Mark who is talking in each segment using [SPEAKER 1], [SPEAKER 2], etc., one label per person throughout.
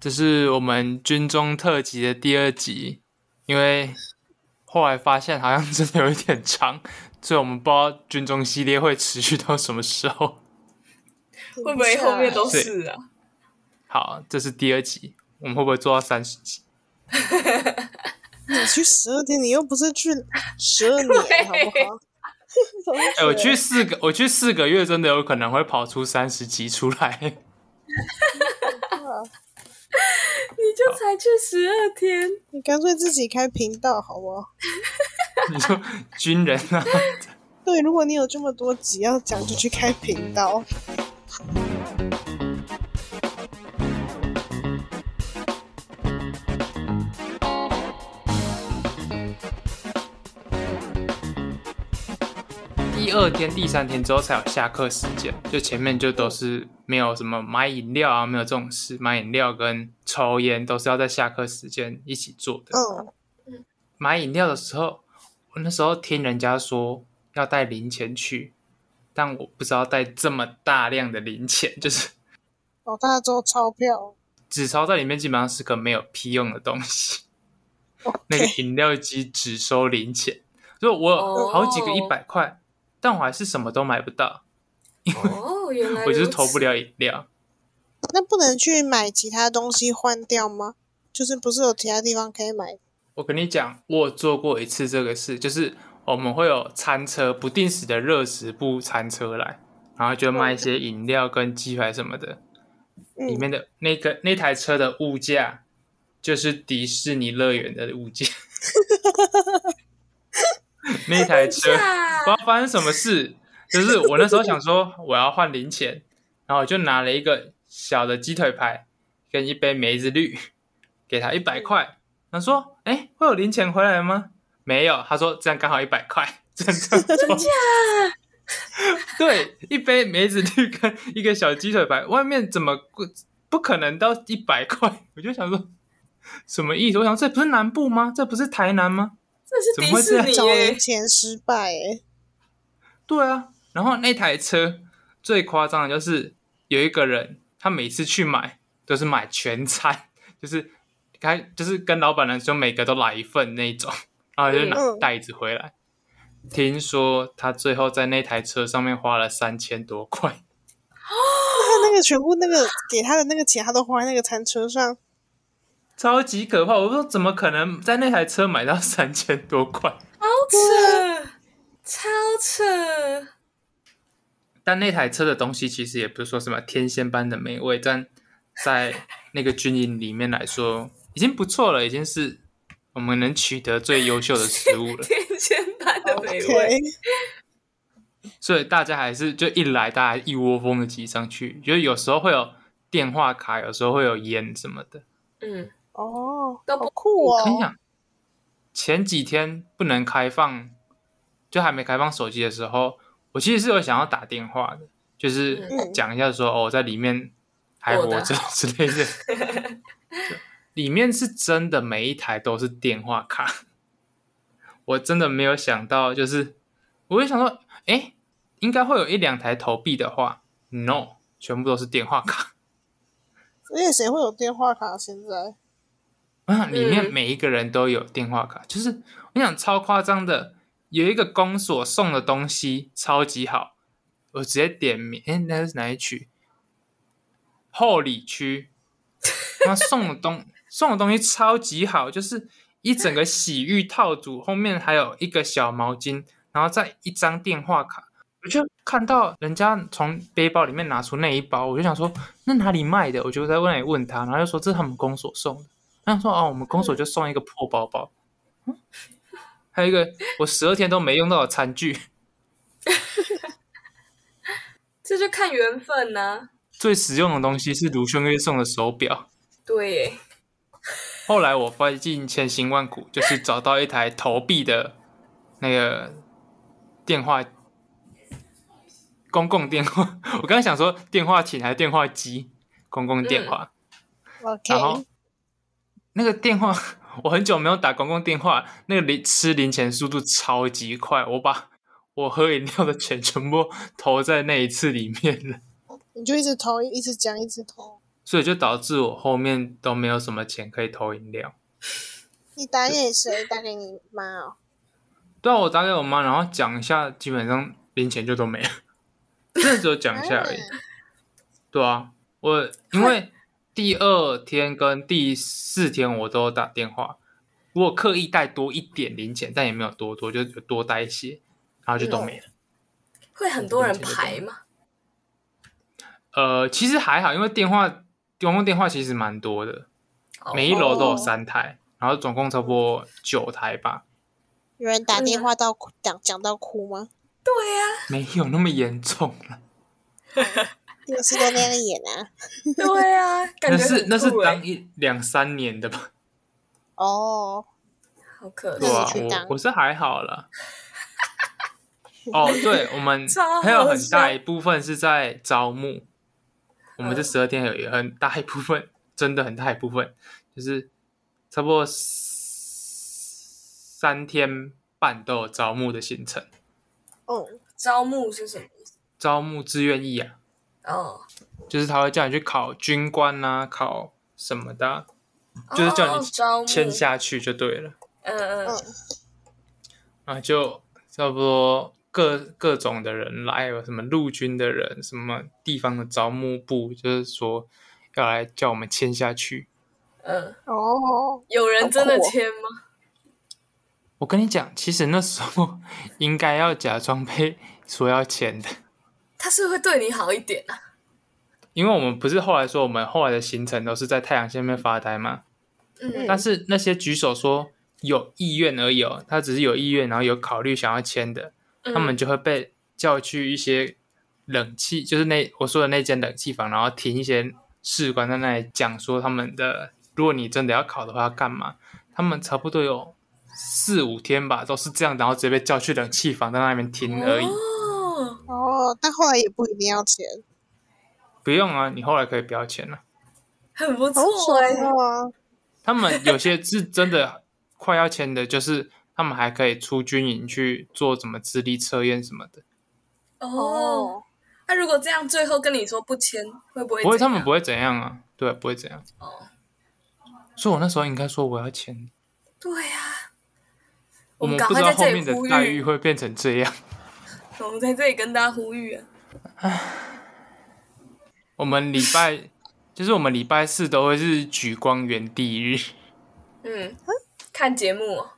[SPEAKER 1] 这是我们军中特辑的第二集，因为后来发现好像真的有一点长， 所以我们不知道军中系列会持续到什么时候。
[SPEAKER 2] 会不会后面都是啊？
[SPEAKER 1] 好，这是第二集，我们会不会做到三十集？
[SPEAKER 3] 你去十二天，你又不是去十 二年，好不好？
[SPEAKER 1] 哎、我去四个，我去四个月，真的有可能会跑出三十集出来。
[SPEAKER 2] 你就才去十二天，
[SPEAKER 3] 你干脆自己开频道好不好？
[SPEAKER 1] 你说军人啊？
[SPEAKER 3] 对，如果你有这么多集要讲，就去开频道。
[SPEAKER 1] 第二天、第三天之后才有下课时间，就前面就都是没有什么买饮料啊，没有这种事。买饮料跟抽烟都是要在下课时间一起做的。
[SPEAKER 3] 嗯，
[SPEAKER 1] 买饮料的时候，我那时候听人家说要带零钱去，但我不知道带这么大量的零钱，就是
[SPEAKER 3] 老大周钞票。
[SPEAKER 1] 纸钞在里面基本上是个没有屁用的东西。那个
[SPEAKER 3] OK，
[SPEAKER 1] 饮料机只收零钱，所以我有好几个
[SPEAKER 2] 哦
[SPEAKER 1] 一百块，但我还是什么都买不到，
[SPEAKER 2] 哦，原来
[SPEAKER 1] 我就是
[SPEAKER 2] 如此
[SPEAKER 1] 投不了饮料。
[SPEAKER 3] 那不能去买其他东西换掉吗？就是不是有其他地方可以买？
[SPEAKER 1] 我跟你讲，我有做过一次这个事，就是我们会有餐车不定时的热食部餐车来，然后就
[SPEAKER 2] 嗯
[SPEAKER 1] 卖一些饮料跟鸡排什么的。里
[SPEAKER 3] 嗯，
[SPEAKER 1] 面的那个那台车的物价就是迪士尼乐园的物价，那台车。
[SPEAKER 2] 啊
[SPEAKER 1] 不知道发生什么事，就是我那时候想说我要换零钱，然后我就拿了一个小的鸡腿排跟一杯梅子绿，给他一百块。他说：“哎、会有零钱回来吗？”没有，他说这样刚好一百块，真的。对，一杯梅子绿跟一个小鸡腿排，外面怎么贵不可能到一百块？我就想说什么意思？我想这不是南部吗？这不是台南吗？
[SPEAKER 2] 这是
[SPEAKER 1] 怎么
[SPEAKER 2] 迪
[SPEAKER 1] 会这
[SPEAKER 2] 士
[SPEAKER 1] 样
[SPEAKER 2] 尼
[SPEAKER 3] 找
[SPEAKER 2] 耶
[SPEAKER 3] 零，钱失败、欸，
[SPEAKER 1] 对啊，然后那台车最夸张的就是有一个人，他每次去买都是买全餐， 就是他就是跟老板娘说每个都来一份那一种， 然后就拿
[SPEAKER 3] 嗯
[SPEAKER 1] 袋子回来。听说他最后在那台车上面花了三千多块，
[SPEAKER 3] 他那个全部那个给他的那个钱，他都花在那个餐车上。
[SPEAKER 1] 超级可怕！我说怎么可能在那台车买到三千多块？
[SPEAKER 2] 好扯，超扯。。
[SPEAKER 1] 但那台车的东西其实也不是说什么天仙般的美味，但在那个军营里面来说，已经不错了，已经是我们能取得最优秀的食物了
[SPEAKER 2] 天仙般的美味
[SPEAKER 3] OK，
[SPEAKER 1] 所以大家还是就一来，大家一窝蜂的挤上去，就是有时候会有电话卡，有时候会有烟什么的。
[SPEAKER 2] 嗯，
[SPEAKER 3] 哦，
[SPEAKER 2] 都不
[SPEAKER 3] 好酷
[SPEAKER 1] 我跟你
[SPEAKER 3] 哦。
[SPEAKER 1] 讲，前几天不能开放，就还没开放手机的时候，我其实是有想要打电话的，就是
[SPEAKER 3] 嗯
[SPEAKER 1] 讲一下说、哦，我在里面还
[SPEAKER 2] 活
[SPEAKER 1] 活
[SPEAKER 2] 的
[SPEAKER 1] 着之类的。对里面是真的每一台都是电话卡，我真的没有想到，就是我就想说，哎，应该会有一两台投币的话，no，全部都是电话卡。
[SPEAKER 3] 而且谁会有电话卡？现在
[SPEAKER 1] 我想里面
[SPEAKER 2] 嗯
[SPEAKER 1] 每一个人都有电话卡，就是我想超夸张的，有一个公所送的东西超级好，我直接点名，哎、那是哪一区？后里区，他送的东 送的东西超级好，就是一整个洗浴套组，后面还有一个小毛巾，然后再一张电话卡。我就看到人家从背包里面拿出那一包，我就想说那哪里卖的？我就在外面问他，然后就说这是他们公所送的。他说哦，我们公所就送一个破包包，嗯、还有一个我十二天都没用到的餐具。
[SPEAKER 2] 这就看缘分呐、
[SPEAKER 1] 最实用的东西是卢轩月送的手表。
[SPEAKER 2] 对耶，
[SPEAKER 1] 后来我费尽千辛万苦，就是找到一台投币的那个电话，公共电话。我刚刚想说电话亭还是电话机，公共电话。然后
[SPEAKER 3] ，OK，
[SPEAKER 1] 那个电话，我很久没有打公共电话，那个零吃零钱速度超级快，我把我喝饮料的钱全部投在那一次里面了。
[SPEAKER 3] 你就一直投，一直讲，一直投。
[SPEAKER 1] 所以就导致我后面都没有什么钱可以投饮料。
[SPEAKER 3] 你打给谁？打给你妈哦。
[SPEAKER 1] 对啊，我打给我妈，然后讲一下，基本上零钱就都没了， 真的只有讲一下而已。
[SPEAKER 3] 啊
[SPEAKER 1] 对啊，我因为第二天跟第四天我都打电话，我刻意带多一点零钱，但也没有多多，就就多带一些，然后就都
[SPEAKER 2] 哦
[SPEAKER 1] 没了。
[SPEAKER 2] 会很多人排嘛？
[SPEAKER 1] 呃，其实还好，因为电话公共电话其实蛮多的，
[SPEAKER 2] 哦
[SPEAKER 1] 每一楼都有三台，然后总共差不多九台吧，
[SPEAKER 3] 有人打电话到哭讲讲到哭吗？
[SPEAKER 2] 对呀、
[SPEAKER 1] 没有那么严重啊啦。
[SPEAKER 3] 电视都那样演啊。
[SPEAKER 2] 对呀、感
[SPEAKER 1] 那
[SPEAKER 2] 觉
[SPEAKER 1] 是
[SPEAKER 2] 很
[SPEAKER 1] 那是
[SPEAKER 2] 酷欸
[SPEAKER 1] 当一两三年的吧？
[SPEAKER 3] 哦，
[SPEAKER 2] 好可
[SPEAKER 1] 对
[SPEAKER 3] 那
[SPEAKER 1] 啊
[SPEAKER 3] 你
[SPEAKER 2] 惜，
[SPEAKER 3] 去当，
[SPEAKER 1] 我我是还好 了。哦，对，我们
[SPEAKER 2] 超
[SPEAKER 1] 还有很大
[SPEAKER 2] 好笑
[SPEAKER 1] 一部分是在招募，我们这
[SPEAKER 2] 嗯
[SPEAKER 1] 十二天有有很大一部分，真的很大一部分，就是差不多三天半都有招募的行程，
[SPEAKER 3] 嗯，
[SPEAKER 2] 招募是什么意思？
[SPEAKER 1] 招募志愿役啊，
[SPEAKER 2] 哦，
[SPEAKER 1] 就是他会叫你去考军官啊，考什么的啊、就是叫
[SPEAKER 2] 哦
[SPEAKER 1] 你
[SPEAKER 2] 招募
[SPEAKER 1] 签。下去就对了。
[SPEAKER 2] 嗯嗯，嗯
[SPEAKER 1] 啊，就差不多各各种的人来，有什么陆军的人，什么地方的招募部，就是说要来叫我们签下去。
[SPEAKER 2] 嗯，
[SPEAKER 3] 哦，
[SPEAKER 2] 有人真的
[SPEAKER 3] 好酷哦
[SPEAKER 2] 签吗？
[SPEAKER 1] 我跟你讲，其实那时候应该要假装被说要签的，
[SPEAKER 2] 他是会对你好一点啊。
[SPEAKER 1] 因为我们不是后来说我们后来的行程都是在太阳下面发呆嘛，
[SPEAKER 2] 嗯，
[SPEAKER 1] 但是那些举手说有意愿而已哦，他只是有意愿，然后有考虑想要签的，
[SPEAKER 2] 嗯
[SPEAKER 1] 他们就会被叫去一些冷气，就是那我说的那间冷气房，然后停一些士官在那里讲说他们的，如果你真的要考的话要干嘛？他们差不多有四五天吧，都是这样，然后直接被叫去冷气房在那边停而已。
[SPEAKER 2] 哦，
[SPEAKER 3] 哦，但后来也不一定要钱，
[SPEAKER 1] 不用啊，你后来可以不要钱了。
[SPEAKER 2] 很不
[SPEAKER 3] 好
[SPEAKER 2] 错
[SPEAKER 3] 爽
[SPEAKER 2] 哎、
[SPEAKER 3] 啊！
[SPEAKER 1] 他们有些是真的快要签的，就是他们还可以出军营去做什么智力测验什么的。
[SPEAKER 2] 哦，
[SPEAKER 3] 哦，
[SPEAKER 2] 那、如果这样，最后跟你说不签，会不会怎
[SPEAKER 1] 不
[SPEAKER 2] 样？
[SPEAKER 1] 会，他们不会怎样啊，对，不会怎样。
[SPEAKER 2] 哦，
[SPEAKER 1] 所以我那时候应该说我要签。
[SPEAKER 2] 对啊呀、
[SPEAKER 1] 我们
[SPEAKER 2] 赶
[SPEAKER 1] 不知
[SPEAKER 2] 快
[SPEAKER 1] 道
[SPEAKER 2] 在
[SPEAKER 1] 后
[SPEAKER 2] 这
[SPEAKER 1] 面
[SPEAKER 2] 里
[SPEAKER 1] 的
[SPEAKER 2] 呼
[SPEAKER 1] 待遇
[SPEAKER 2] 吁，
[SPEAKER 1] 会变成这样。
[SPEAKER 2] 我们在这里跟大家呼吁啊。
[SPEAKER 1] 我们礼拜就是我们礼拜四都会是举光原地日，
[SPEAKER 2] 嗯，看节目哦、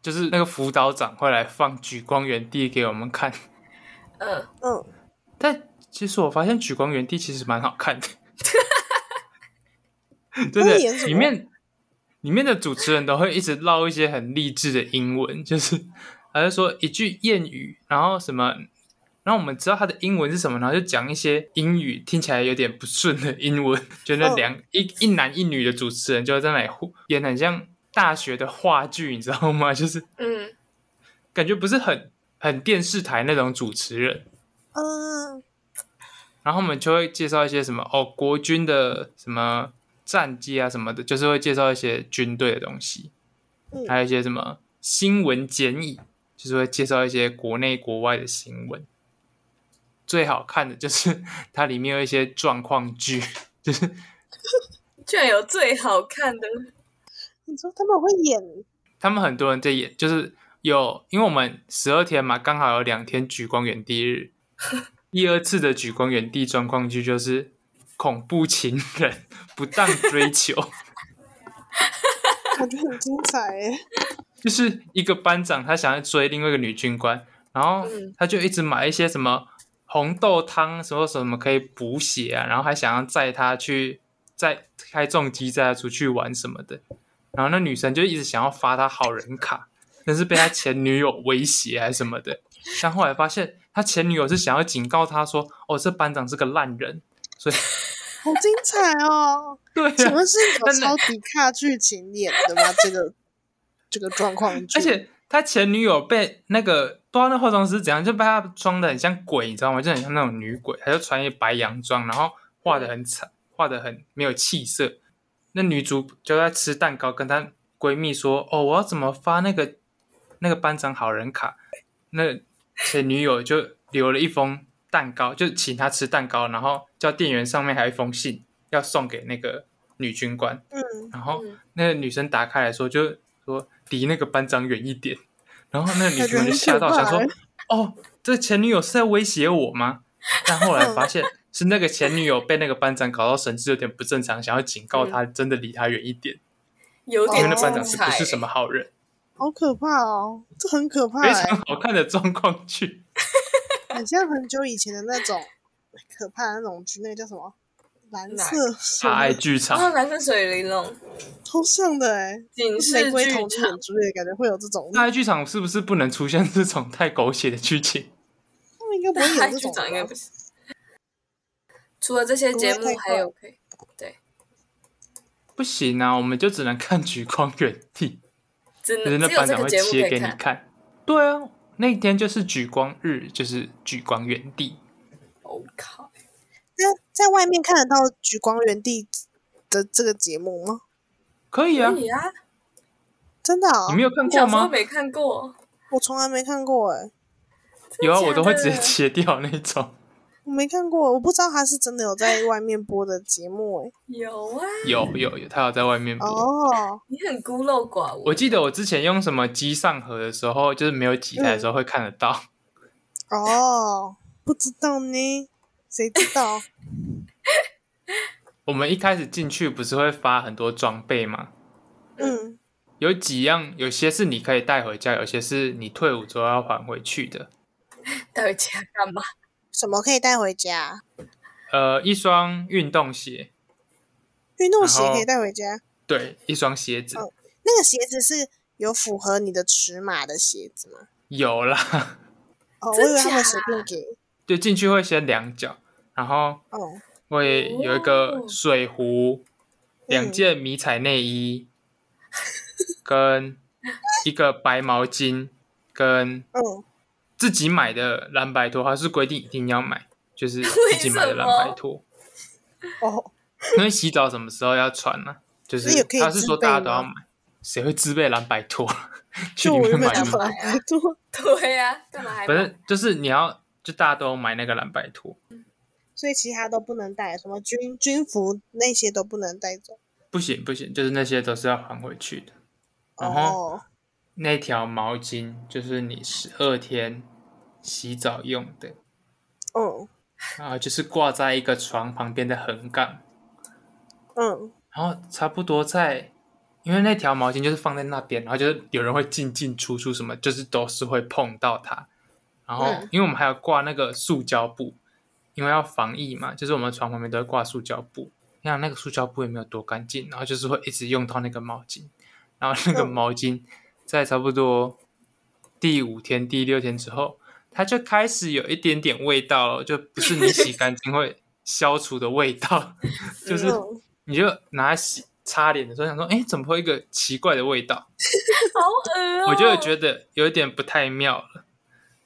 [SPEAKER 1] 就是那个辅导长会来放举光原地给我们看。
[SPEAKER 2] 嗯，
[SPEAKER 3] 嗯，
[SPEAKER 1] 但其实我发现举光原地其实蛮好 看的，真的
[SPEAKER 3] 那演什么
[SPEAKER 1] 里面里面的主持人都会一直唠一些很励志的英文，就是还是说一句谚语，然后什么。然后我们知道他的英文是什么，然后就讲一些英语听起来有点不顺的英文， 就那
[SPEAKER 3] 嗯
[SPEAKER 1] 两、一一男一女的主持人就在那里互演，很像大学的话剧，你知道吗？就是
[SPEAKER 2] 嗯，
[SPEAKER 1] 感觉不是很很电视台那种主持人，
[SPEAKER 3] 嗯，
[SPEAKER 1] 然后我们就会介绍一些什么哦，国军的什么战绩啊什么的，就是会介绍一些军队的东西，
[SPEAKER 3] 嗯
[SPEAKER 1] 还有一些什么新闻简易，就是会介绍一些国内国外的新闻。最好看的就是它里面有一些状况剧， 就是
[SPEAKER 2] 居然有最好看的，
[SPEAKER 3] 你说他们会演
[SPEAKER 1] 他们很多人在演，就是有因为我们十二天嘛，刚好有两天举光远地日，第二次的举光远地状况剧就是恐怖情人不当追求。
[SPEAKER 3] 我觉得很精彩耶。
[SPEAKER 1] 就是一个班长，他想要追另外一个女军官，然后
[SPEAKER 2] 嗯
[SPEAKER 1] 他就一直买一些什么红豆汤，什么什么可以补血啊，然后还想要载她去载开重机载她出去玩什么的，然后那女生就一直想要发他好人卡，但是被他前女友威胁还是什么的，但后来发现他前女友是想要警告他说，哦，这班长是个烂人，所以
[SPEAKER 3] 好精彩 哦！
[SPEAKER 1] 对、
[SPEAKER 3] 请
[SPEAKER 1] 啊，
[SPEAKER 3] 问是有超迪卡剧情演的吗？这个这个状况剧，
[SPEAKER 1] 而且他前女友被那个不知道那化妆师怎样，就被他装的很像鬼，你知道吗？就很像那种女鬼，她就穿一白洋装，然后画的很惨，画的很没有气色。那女主就在吃蛋糕，跟她闺蜜说：“哦，我要怎么发那个那个班长好人卡？”那前女友就留了一封蛋糕，就请她吃蛋糕，然后叫店员上面还有一封信，要送给那个女军官，
[SPEAKER 3] 嗯，
[SPEAKER 1] 然后
[SPEAKER 2] 嗯
[SPEAKER 1] 那个女生打开来说，就说离那个班长远一点，然后那个女军官就吓到，想
[SPEAKER 3] 感觉
[SPEAKER 1] 说
[SPEAKER 3] 很可，欸
[SPEAKER 1] 哦，这前女友是在威胁我吗？但后来发现是那个前女友被那个班长搞到神志有点不正常，想要警
[SPEAKER 3] 嗯
[SPEAKER 1] 告他，真的离他远一点，
[SPEAKER 2] 有
[SPEAKER 1] 因为
[SPEAKER 2] 点
[SPEAKER 1] 哦那班
[SPEAKER 2] 精
[SPEAKER 1] 长是不
[SPEAKER 2] 彩
[SPEAKER 1] 是什么好人？
[SPEAKER 3] 好可怕哦，这很可怕
[SPEAKER 1] 非
[SPEAKER 3] 哎、
[SPEAKER 1] 常好看的状况 剧，
[SPEAKER 3] 很像很久以前的那种可怕的那种剧，那个叫什么？蓝
[SPEAKER 2] 哪
[SPEAKER 3] 色什
[SPEAKER 1] 大
[SPEAKER 3] 么
[SPEAKER 1] 爱剧
[SPEAKER 2] 欸。啊，
[SPEAKER 1] 场，
[SPEAKER 2] 蓝色水玲珑，
[SPEAKER 3] 抽象的哎、
[SPEAKER 2] 警
[SPEAKER 3] 是
[SPEAKER 2] 示
[SPEAKER 3] 玫瑰
[SPEAKER 2] 剧
[SPEAKER 3] 童
[SPEAKER 2] 场
[SPEAKER 3] 年之类的感觉会有这种，
[SPEAKER 1] 大爱剧场是不是不能出现这种太狗血的剧情？
[SPEAKER 3] 他们应该不
[SPEAKER 2] 但
[SPEAKER 3] 会
[SPEAKER 2] 海
[SPEAKER 3] 有这
[SPEAKER 2] 剧
[SPEAKER 3] 种
[SPEAKER 2] 场应该
[SPEAKER 3] 吧
[SPEAKER 2] 不是。除了这些节目，还有可以
[SPEAKER 1] 不行啊，我们就只能看《橘光原地
[SPEAKER 2] 只》，
[SPEAKER 1] 就是
[SPEAKER 2] 能
[SPEAKER 1] 那
[SPEAKER 2] 只有
[SPEAKER 1] 班
[SPEAKER 2] 这
[SPEAKER 1] 长
[SPEAKER 2] 个
[SPEAKER 1] 会
[SPEAKER 2] 节目
[SPEAKER 1] 切
[SPEAKER 2] 可
[SPEAKER 1] 给
[SPEAKER 2] 以
[SPEAKER 1] 你
[SPEAKER 2] 看。
[SPEAKER 1] 看。对啊，那天就是橘光日，就是橘光原地。
[SPEAKER 2] 我哦靠，
[SPEAKER 3] 那在外面看得到《举光原地》的这个节目吗？
[SPEAKER 1] 可以啊
[SPEAKER 2] 可，以啊，
[SPEAKER 3] 真的、哦
[SPEAKER 1] 你没，有看
[SPEAKER 2] 你
[SPEAKER 1] 过
[SPEAKER 2] 小时候
[SPEAKER 1] 吗？
[SPEAKER 2] 没看过，
[SPEAKER 3] 我从来没看过哎、
[SPEAKER 1] 有啊，
[SPEAKER 2] 真的
[SPEAKER 1] 我都会
[SPEAKER 2] 假
[SPEAKER 1] 直
[SPEAKER 2] 的
[SPEAKER 1] 接切掉那种。
[SPEAKER 3] 我没看过，我不知道他是真的有在外面播的节目哎、
[SPEAKER 2] 有啊，
[SPEAKER 1] 有有有，他有在外面播。
[SPEAKER 3] 哦，
[SPEAKER 2] 你很孤陋寡闻。
[SPEAKER 1] 我记得我之前用什么机上盒的时候，就是没有几台的
[SPEAKER 2] 嗯
[SPEAKER 1] 时候会看得到。
[SPEAKER 3] 哦，不知道呢，谁知 道？
[SPEAKER 1] 我们一开始进去不是会发很多装备吗？
[SPEAKER 3] 嗯，
[SPEAKER 1] 有几样，有些是你可以带回家，有些是你退伍之后要还回去的。
[SPEAKER 2] 带回家干嘛？
[SPEAKER 3] 什么可以带回家？
[SPEAKER 1] 呃，一双运动鞋，
[SPEAKER 3] 运动鞋
[SPEAKER 1] 然后
[SPEAKER 3] 可以带回家，
[SPEAKER 1] 对，一双鞋子、
[SPEAKER 3] 哦那个鞋子是有符合你的尺码的鞋子吗？
[SPEAKER 1] 有啦。
[SPEAKER 3] 哦，我
[SPEAKER 2] 真
[SPEAKER 3] 以为他们
[SPEAKER 2] 假
[SPEAKER 3] 随便给。
[SPEAKER 1] 就进去会先量脚，然后
[SPEAKER 3] 哦，
[SPEAKER 1] 会有一个
[SPEAKER 2] 哦
[SPEAKER 1] 水壶，两
[SPEAKER 3] 嗯
[SPEAKER 1] 件迷彩内衣，跟一个白毛巾，跟
[SPEAKER 3] 嗯，
[SPEAKER 1] 自己买的蓝白拖，它是规定一定要买， 就是
[SPEAKER 2] 为
[SPEAKER 1] 自己买的
[SPEAKER 2] 什
[SPEAKER 1] 蓝
[SPEAKER 2] 么
[SPEAKER 1] 白拖，
[SPEAKER 3] 哦，
[SPEAKER 1] 因为洗澡什么时候要穿呢、就是
[SPEAKER 3] 那也可以
[SPEAKER 1] 他是说
[SPEAKER 3] 自备
[SPEAKER 1] 大家都要
[SPEAKER 3] 吗
[SPEAKER 1] 买，谁会自备蓝白拖？ 去
[SPEAKER 3] 就
[SPEAKER 1] 里
[SPEAKER 3] 我原
[SPEAKER 1] 面
[SPEAKER 3] 本啊
[SPEAKER 1] 买
[SPEAKER 3] 就
[SPEAKER 1] 吗
[SPEAKER 3] 本来不多，
[SPEAKER 2] 对呀，干嘛还
[SPEAKER 1] 反正就是你要，就大家都买那个蓝白拖，
[SPEAKER 3] 所以其他都不能带，什么军军服那些都不能带走。
[SPEAKER 1] 不行不行，就是那些都是要还回去的。然后
[SPEAKER 3] 哦，
[SPEAKER 1] 那条毛巾就是你十二天洗澡用的，
[SPEAKER 3] 嗯
[SPEAKER 1] 然后就是挂在一个床旁边的横杠，
[SPEAKER 3] 嗯，
[SPEAKER 1] 然后差不多在，因为那条毛巾就是放在那边，然后就是有人会进进出出什么，就是都是会碰到它。然后
[SPEAKER 3] 嗯，
[SPEAKER 1] 因为我们还要挂那个塑胶布，因为要防疫嘛，就是我们床旁边都会挂塑胶布。你想那个塑胶布也没有多干净，然后就是会一直用到那个毛巾，然后那个
[SPEAKER 3] 嗯
[SPEAKER 1] 毛巾在差不多第五天、第六天之后，它就开始有一点点味道了，就不是你洗干净会消除的味道， 就是
[SPEAKER 3] 嗯
[SPEAKER 1] 你就拿来洗擦脸的时候，想说，哎、怎么会有一个奇怪的味道？
[SPEAKER 2] 好恶哦
[SPEAKER 1] 我就觉得有一点不太妙了。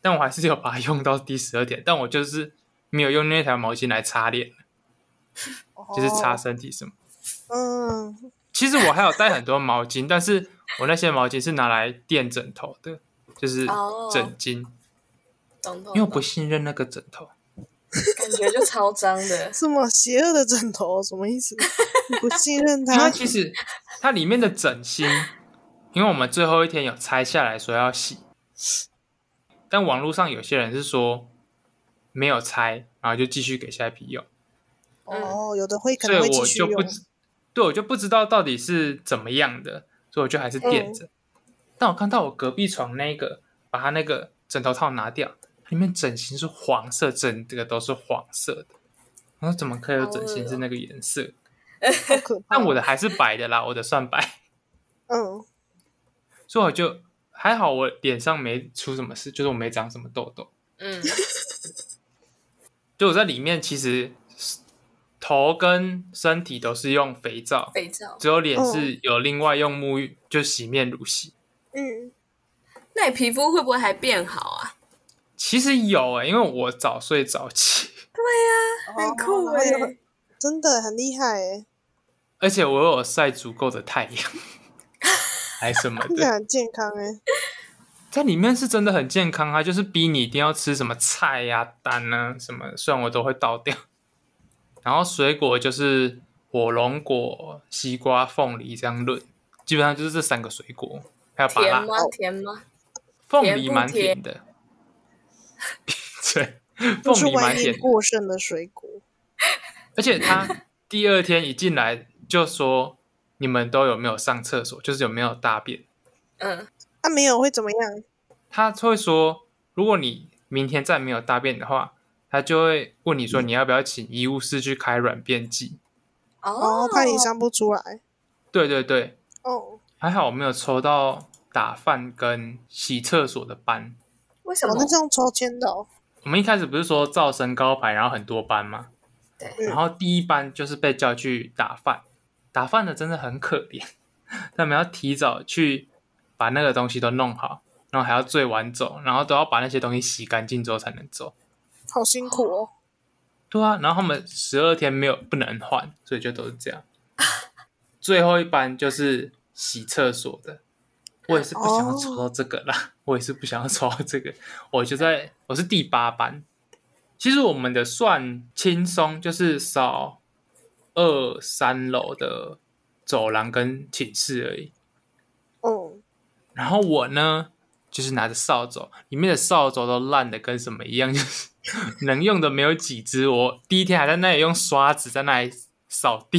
[SPEAKER 1] 但我还是有把它用到第十二点，但我就是没有用那条毛巾来擦脸，就是擦身体什么。
[SPEAKER 3] 哦。嗯，，
[SPEAKER 1] 其实我还有带很多毛巾，但是我那些毛巾是拿来垫枕头的，就是
[SPEAKER 2] 哦
[SPEAKER 1] 枕巾，
[SPEAKER 2] 懂懂，
[SPEAKER 1] 因为我不
[SPEAKER 2] 懂
[SPEAKER 1] 信任那个枕头。
[SPEAKER 2] 感觉就超脏 的
[SPEAKER 3] 什么邪恶的枕头？什么意思？你不信任
[SPEAKER 1] 它
[SPEAKER 3] 他？
[SPEAKER 1] 其实它里面的枕芯，因为我们最后一天有拆下来说要洗，但网络上有些人是说没有拆，然后就继续给下一批用，
[SPEAKER 3] 哦，有的会可
[SPEAKER 1] 所以
[SPEAKER 3] 能会继
[SPEAKER 1] 我
[SPEAKER 3] 续
[SPEAKER 1] 就
[SPEAKER 3] 用
[SPEAKER 1] 不，知，对我就不知道到底是怎么样的，所以我就还是垫
[SPEAKER 3] 嗯
[SPEAKER 1] 着。但我看到我隔壁床那个，把他那个枕头套拿掉，里面枕芯是黄色，整个都是黄色的。我说怎么可以有枕芯是那个颜色？
[SPEAKER 3] 哦好可怕。
[SPEAKER 1] 但我的还是白的啦，我的算白。
[SPEAKER 3] 嗯，
[SPEAKER 1] 所以我就还好，我脸上没出什么事，就是我没长什么痘痘。
[SPEAKER 2] 嗯，
[SPEAKER 1] 就我在里面，其实头跟身体都是用肥皂，
[SPEAKER 2] 肥皂。
[SPEAKER 1] 只有脸是有另外用沐浴，就洗面乳洗。
[SPEAKER 3] 嗯，
[SPEAKER 2] 那你皮肤会不会还变好啊？
[SPEAKER 1] 其实有欸诶、因为我早睡早起，
[SPEAKER 2] 很酷
[SPEAKER 3] 哎
[SPEAKER 2] 哎、，
[SPEAKER 3] 然后又真的很厉害哎，
[SPEAKER 1] 而且我有晒足够的太阳， 还什么
[SPEAKER 3] 听起来
[SPEAKER 1] 的，
[SPEAKER 3] 很健康哎。
[SPEAKER 1] 在里面是真的很健康啊，就是逼你一定要吃什么菜呀、蛋啊什么，虽然我都会倒掉。然后水果就是火龙果、西瓜、凤梨这样论，基本上就是这三个水果，还有芭
[SPEAKER 2] 甜
[SPEAKER 1] 拉。
[SPEAKER 2] 吗？甜吗？
[SPEAKER 1] 凤
[SPEAKER 2] 甜
[SPEAKER 1] 梨
[SPEAKER 2] 不
[SPEAKER 1] 蛮
[SPEAKER 2] 甜
[SPEAKER 1] 甜的， 对，
[SPEAKER 3] 不
[SPEAKER 1] 凤
[SPEAKER 3] 是
[SPEAKER 1] 梨
[SPEAKER 3] 外
[SPEAKER 1] 蛮甜
[SPEAKER 3] 面
[SPEAKER 1] 的，
[SPEAKER 3] 过剩的水果，
[SPEAKER 1] 而且他第二天一进来就说：“你们都有没有上厕所？就是有没有大便
[SPEAKER 2] 嗯，
[SPEAKER 3] 啊，没有会怎么样？？”
[SPEAKER 1] 他会说：“如果你明天再没有大便的话，他就会问你说你要不要请医务室去开软便剂。
[SPEAKER 3] 哦，怕你上不出来。”
[SPEAKER 1] 对对对，
[SPEAKER 3] 哦，
[SPEAKER 1] 还好我没有抽到打饭跟洗厕所的班。
[SPEAKER 2] 为什
[SPEAKER 3] 我
[SPEAKER 2] 么
[SPEAKER 3] 那？这样抽签的哦，
[SPEAKER 1] 我们一开始不是说照身高牌，然后很多班吗？
[SPEAKER 2] 对
[SPEAKER 3] 嗯
[SPEAKER 1] 然后第一班就是被叫去打饭，打饭的真的很可怜， 他们要提早去把那个东西都弄好，然后还要最晚走，然后都要把那些东西洗干净之后才能走。
[SPEAKER 3] 好辛苦哦。
[SPEAKER 1] 对啊，然后他们十二天没有不能换，所以就都是这样。最后一班就是洗厕所的，我也是不想要抽到这个啦，我也是不想要抽到这个，我就在我是第八班。其实我们的算轻松，就是扫二三楼的走廊跟寝室而已。
[SPEAKER 3] 嗯，
[SPEAKER 1] 然后我呢，就是拿着扫帚，里面的扫帚都烂的跟什么一样，就是能用的没有几只。我第一天还在那里用刷子在那里扫地，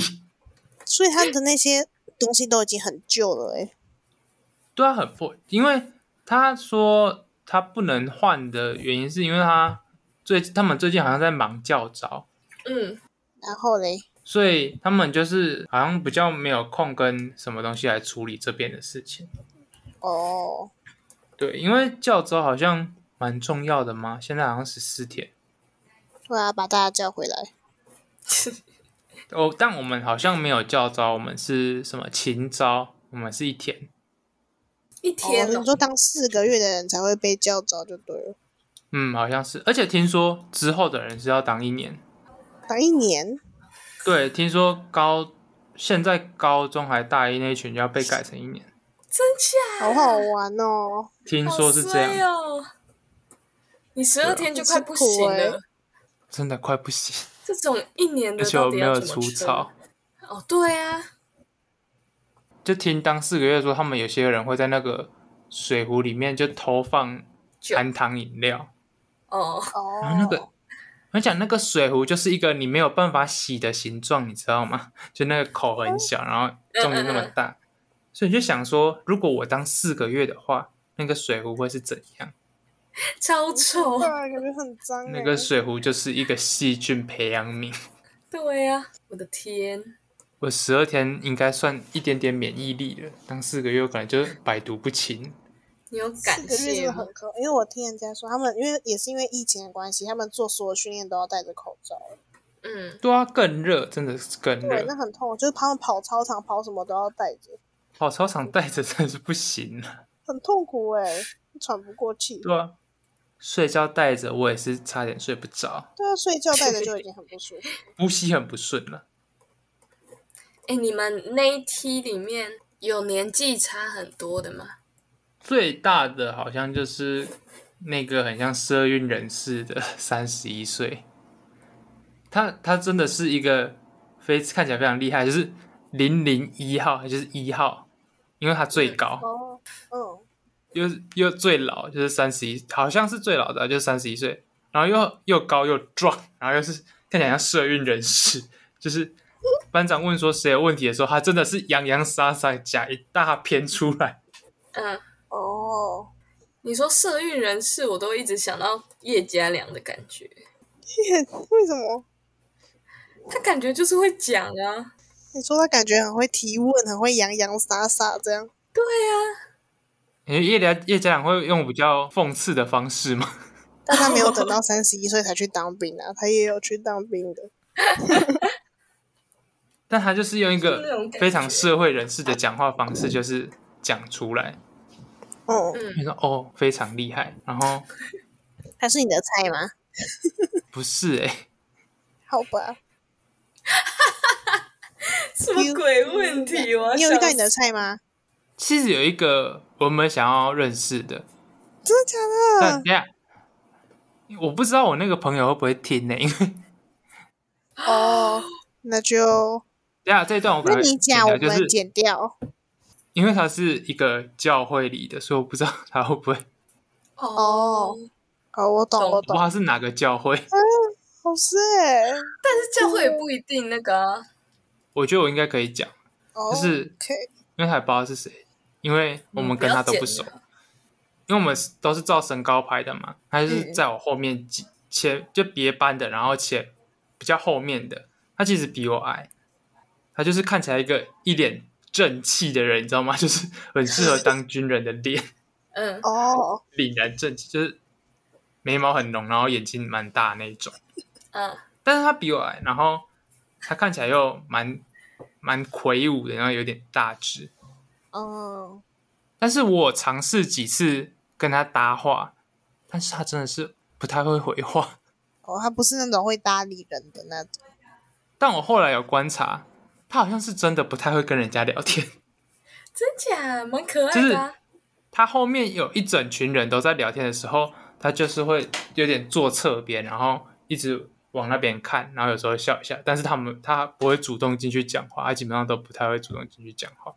[SPEAKER 3] 所以他的那些东西都已经很旧了，哎，
[SPEAKER 1] 对啊，很破。因为他说他不能换的原因，是因为他最他们最近好像在忙教招，
[SPEAKER 2] 嗯，
[SPEAKER 3] 然后嘞，
[SPEAKER 1] 所以他们就是好像比较没有空跟什么东西来处理这边的事情。
[SPEAKER 3] 哦，
[SPEAKER 1] 对，因为教招好像蛮重要的嘛，现在好像十四天。
[SPEAKER 3] 对啊，把大家叫回来。
[SPEAKER 1] 哦，但我们好像没有教招，我们是什么勤招？我们是一天，
[SPEAKER 2] 一天
[SPEAKER 3] 哦，
[SPEAKER 2] 哦
[SPEAKER 3] 你，说当四个月的人才会被叫早就对了，
[SPEAKER 1] 嗯，好像是。而且听说之后的人是要当一年，
[SPEAKER 3] 当一年
[SPEAKER 1] 对，听说高现在高中还大一那一群要被改成一年，
[SPEAKER 2] 真假？
[SPEAKER 3] 好好玩哦。
[SPEAKER 1] 听说是这
[SPEAKER 2] 好衰
[SPEAKER 1] 样，
[SPEAKER 2] 哦。你十
[SPEAKER 1] 对
[SPEAKER 2] 二
[SPEAKER 1] 啊
[SPEAKER 2] 天就快不行
[SPEAKER 3] 很辛苦欸
[SPEAKER 2] 了，
[SPEAKER 1] 真的快不行，
[SPEAKER 2] 这种一年
[SPEAKER 1] 而
[SPEAKER 2] 的
[SPEAKER 1] 且我
[SPEAKER 2] 到底
[SPEAKER 1] 没
[SPEAKER 2] 要
[SPEAKER 1] 有
[SPEAKER 2] 怎
[SPEAKER 1] 除
[SPEAKER 2] 么撑？
[SPEAKER 1] 草，
[SPEAKER 2] 哦，对啊，
[SPEAKER 1] 就听当四个月说，他们有些人会在那个水壶里面就投放
[SPEAKER 2] 酒
[SPEAKER 1] 含糖饮料，
[SPEAKER 2] 哦，
[SPEAKER 3] 哦，
[SPEAKER 1] 然后啊那个，我讲那个水壶就是一个你没有办法洗的形状，你知道吗？就那个口很小，然后重力那么
[SPEAKER 3] 嗯
[SPEAKER 1] 大，所以你就想说，如果我当四个月的话，那个水壶会是怎样？
[SPEAKER 2] 超丑
[SPEAKER 3] 对，啊，感觉很脏哎。
[SPEAKER 1] 那个水壶就是一个细菌培养皿。
[SPEAKER 2] 对啊，我的天，
[SPEAKER 1] 我十二天应该算一点点免疫力了，当四个月我可能就是百毒不侵。
[SPEAKER 2] 你有
[SPEAKER 3] 四
[SPEAKER 2] 感
[SPEAKER 3] 个月真
[SPEAKER 2] 谢
[SPEAKER 3] 的
[SPEAKER 2] 吗
[SPEAKER 3] 很？可，因为我听人家说，他们因为也是因为疫情的关系，他们做所有训练都要戴着口罩。
[SPEAKER 2] 嗯，
[SPEAKER 1] 对啊，更热，真的是更
[SPEAKER 3] 对，
[SPEAKER 1] 热
[SPEAKER 3] 那。很痛，就是他们跑操场跑什么都要戴着，
[SPEAKER 1] 跑操场带着真的是不行了、
[SPEAKER 3] 很痛苦哎、喘不过气。
[SPEAKER 1] 对啊，睡觉带着我也是差点睡不着，
[SPEAKER 3] 对啊，睡觉戴着就已经很不舒服。
[SPEAKER 1] 呼吸很不顺啊了。
[SPEAKER 2] 哎，你们那一梯里面有年纪差很多的吗？
[SPEAKER 1] 最大的好像就是那个很像社运人士的三十一岁，他他真的是一个非看起来非常厉害，就是零零一号，就是一号，因为他最高，
[SPEAKER 3] 哦，嗯，
[SPEAKER 1] 又又最老，就是三十一，好像是最老的，就是三十一岁，然后又又高又壮，然后又是看起来像社运人士，就是班长问说谁有问题的时候，他真的是洋洋洒洒讲一大篇出来。
[SPEAKER 2] 嗯，
[SPEAKER 3] 哦，
[SPEAKER 2] 你说社运人士，我都一直想到叶家良的感觉，
[SPEAKER 3] 为什么？
[SPEAKER 2] 他感觉就是会讲啊，
[SPEAKER 3] 你说他感觉很会提问，很会洋洋洒洒这样。
[SPEAKER 2] 对啊，
[SPEAKER 1] 因为叶家叶家长会用比较讽刺的方式吗？
[SPEAKER 3] 但他没有等到三十一岁才去当兵啊，他也有去当兵的。
[SPEAKER 1] 但他就是用一
[SPEAKER 2] 就是那
[SPEAKER 1] 个
[SPEAKER 2] 种感觉
[SPEAKER 1] 非常社会人士的讲话方式，就是讲出来，
[SPEAKER 3] 嗯，
[SPEAKER 1] 你说哦，非常厉害。然后
[SPEAKER 3] 他是你的菜吗？
[SPEAKER 1] 不是诶、
[SPEAKER 3] 好吧，
[SPEAKER 2] 什么鬼问题？我要
[SPEAKER 3] 你有遇到
[SPEAKER 2] 笑
[SPEAKER 3] 你的菜吗？
[SPEAKER 1] 其实有一个我们想要认识的，
[SPEAKER 3] 真的假
[SPEAKER 2] 嗯
[SPEAKER 1] 但
[SPEAKER 3] 的
[SPEAKER 1] 等？一下我不知道我那个朋友会不会听呢、因为
[SPEAKER 3] 哦，那就
[SPEAKER 1] 等一下这一段我可
[SPEAKER 3] 那
[SPEAKER 1] 能
[SPEAKER 3] 你讲，我
[SPEAKER 1] 就
[SPEAKER 3] 们
[SPEAKER 1] 是
[SPEAKER 3] 剪掉。
[SPEAKER 1] 因为它是一个教会里的，所以我不知道它会不会，
[SPEAKER 3] 哦哦，我懂，
[SPEAKER 2] 懂
[SPEAKER 3] 我
[SPEAKER 1] 我不
[SPEAKER 3] 懂
[SPEAKER 1] 知，道它是哪个教会。
[SPEAKER 3] 好是哎，
[SPEAKER 2] 但是教会也
[SPEAKER 3] 嗯
[SPEAKER 2] 不一定那个啊。
[SPEAKER 1] 我觉得我应该可以讲，
[SPEAKER 3] 哦
[SPEAKER 1] 就是
[SPEAKER 3] 可以
[SPEAKER 1] 因为还不知道是谁，因为我们跟他都不熟，
[SPEAKER 2] 嗯要剪了
[SPEAKER 1] 因为我们都是照身高排的嘛，他就是
[SPEAKER 2] 嗯
[SPEAKER 1] 在我后面几前就别班的，然后前比较后面的，他其实比我矮，他就是看起来一个一脸正气的人，你知道吗？ 就是很适合当军人的脸，
[SPEAKER 2] 嗯，
[SPEAKER 3] 哦，
[SPEAKER 1] 凛然正气，就是眉毛很浓，然后眼睛蛮大那一种。
[SPEAKER 2] 嗯，
[SPEAKER 1] 但是他比我矮，然后他看起来又蛮蛮魁梧的，然后有点大只。
[SPEAKER 3] 嗯，
[SPEAKER 1] 但是我尝试几次跟他搭话，但是他真的是不太会回话。
[SPEAKER 3] 哦，他不是那种会搭理人的那种，
[SPEAKER 1] 但我后来有观察，他好像是真的不太会跟人家聊天。
[SPEAKER 2] 真假蛮可爱的啊。
[SPEAKER 1] 他后面有一整群人都在聊天的时候，他就是会有点坐侧边，然后一直往那边看，然后有时候笑一下。但是他们他不会主动进去讲话，他基本上都不太会主动进去讲话。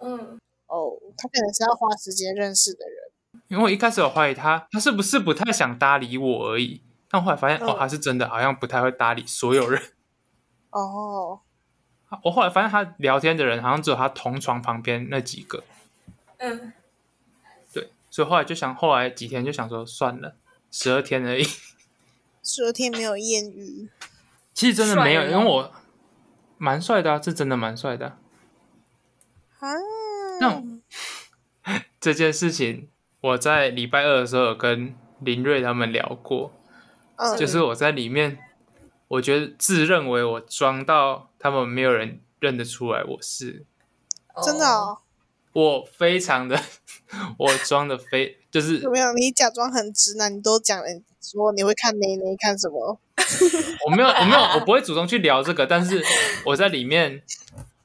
[SPEAKER 2] 嗯，
[SPEAKER 3] 哦，他可能是要花时间认识的人，
[SPEAKER 1] 因为我一开始有怀疑他，他是不是不太想搭理我而已。但后来发现，
[SPEAKER 3] 嗯
[SPEAKER 1] 哦，他是真的好像不太会搭理所有人。
[SPEAKER 3] 哦，
[SPEAKER 1] 我后来发现他聊天的人好像只有他同床旁边那几个，
[SPEAKER 2] 嗯，
[SPEAKER 1] 对，所以后来就想，后来几天就想说算了，十二天而已。
[SPEAKER 3] 昨天没有艳遇，
[SPEAKER 1] 其实真的没有，
[SPEAKER 2] 帅
[SPEAKER 1] 因
[SPEAKER 2] 吗
[SPEAKER 1] 为我蛮帅的啊，是真的蛮帅的啊、
[SPEAKER 3] 啊，
[SPEAKER 1] 那我 这件事情我在礼拜二的时候有跟林瑞他们聊过，
[SPEAKER 3] 嗯，
[SPEAKER 1] 就是我在里面，我觉得自认为我装到他们没有人认得出来我是，
[SPEAKER 2] 哦
[SPEAKER 3] 真的哦，
[SPEAKER 1] 我非常的， 我装的非就是
[SPEAKER 3] 怎么样？你假装很直男，你都讲了，你说你会看哪哪看什么？
[SPEAKER 1] 我没有我没有我不会主动去聊这个，但是我在里面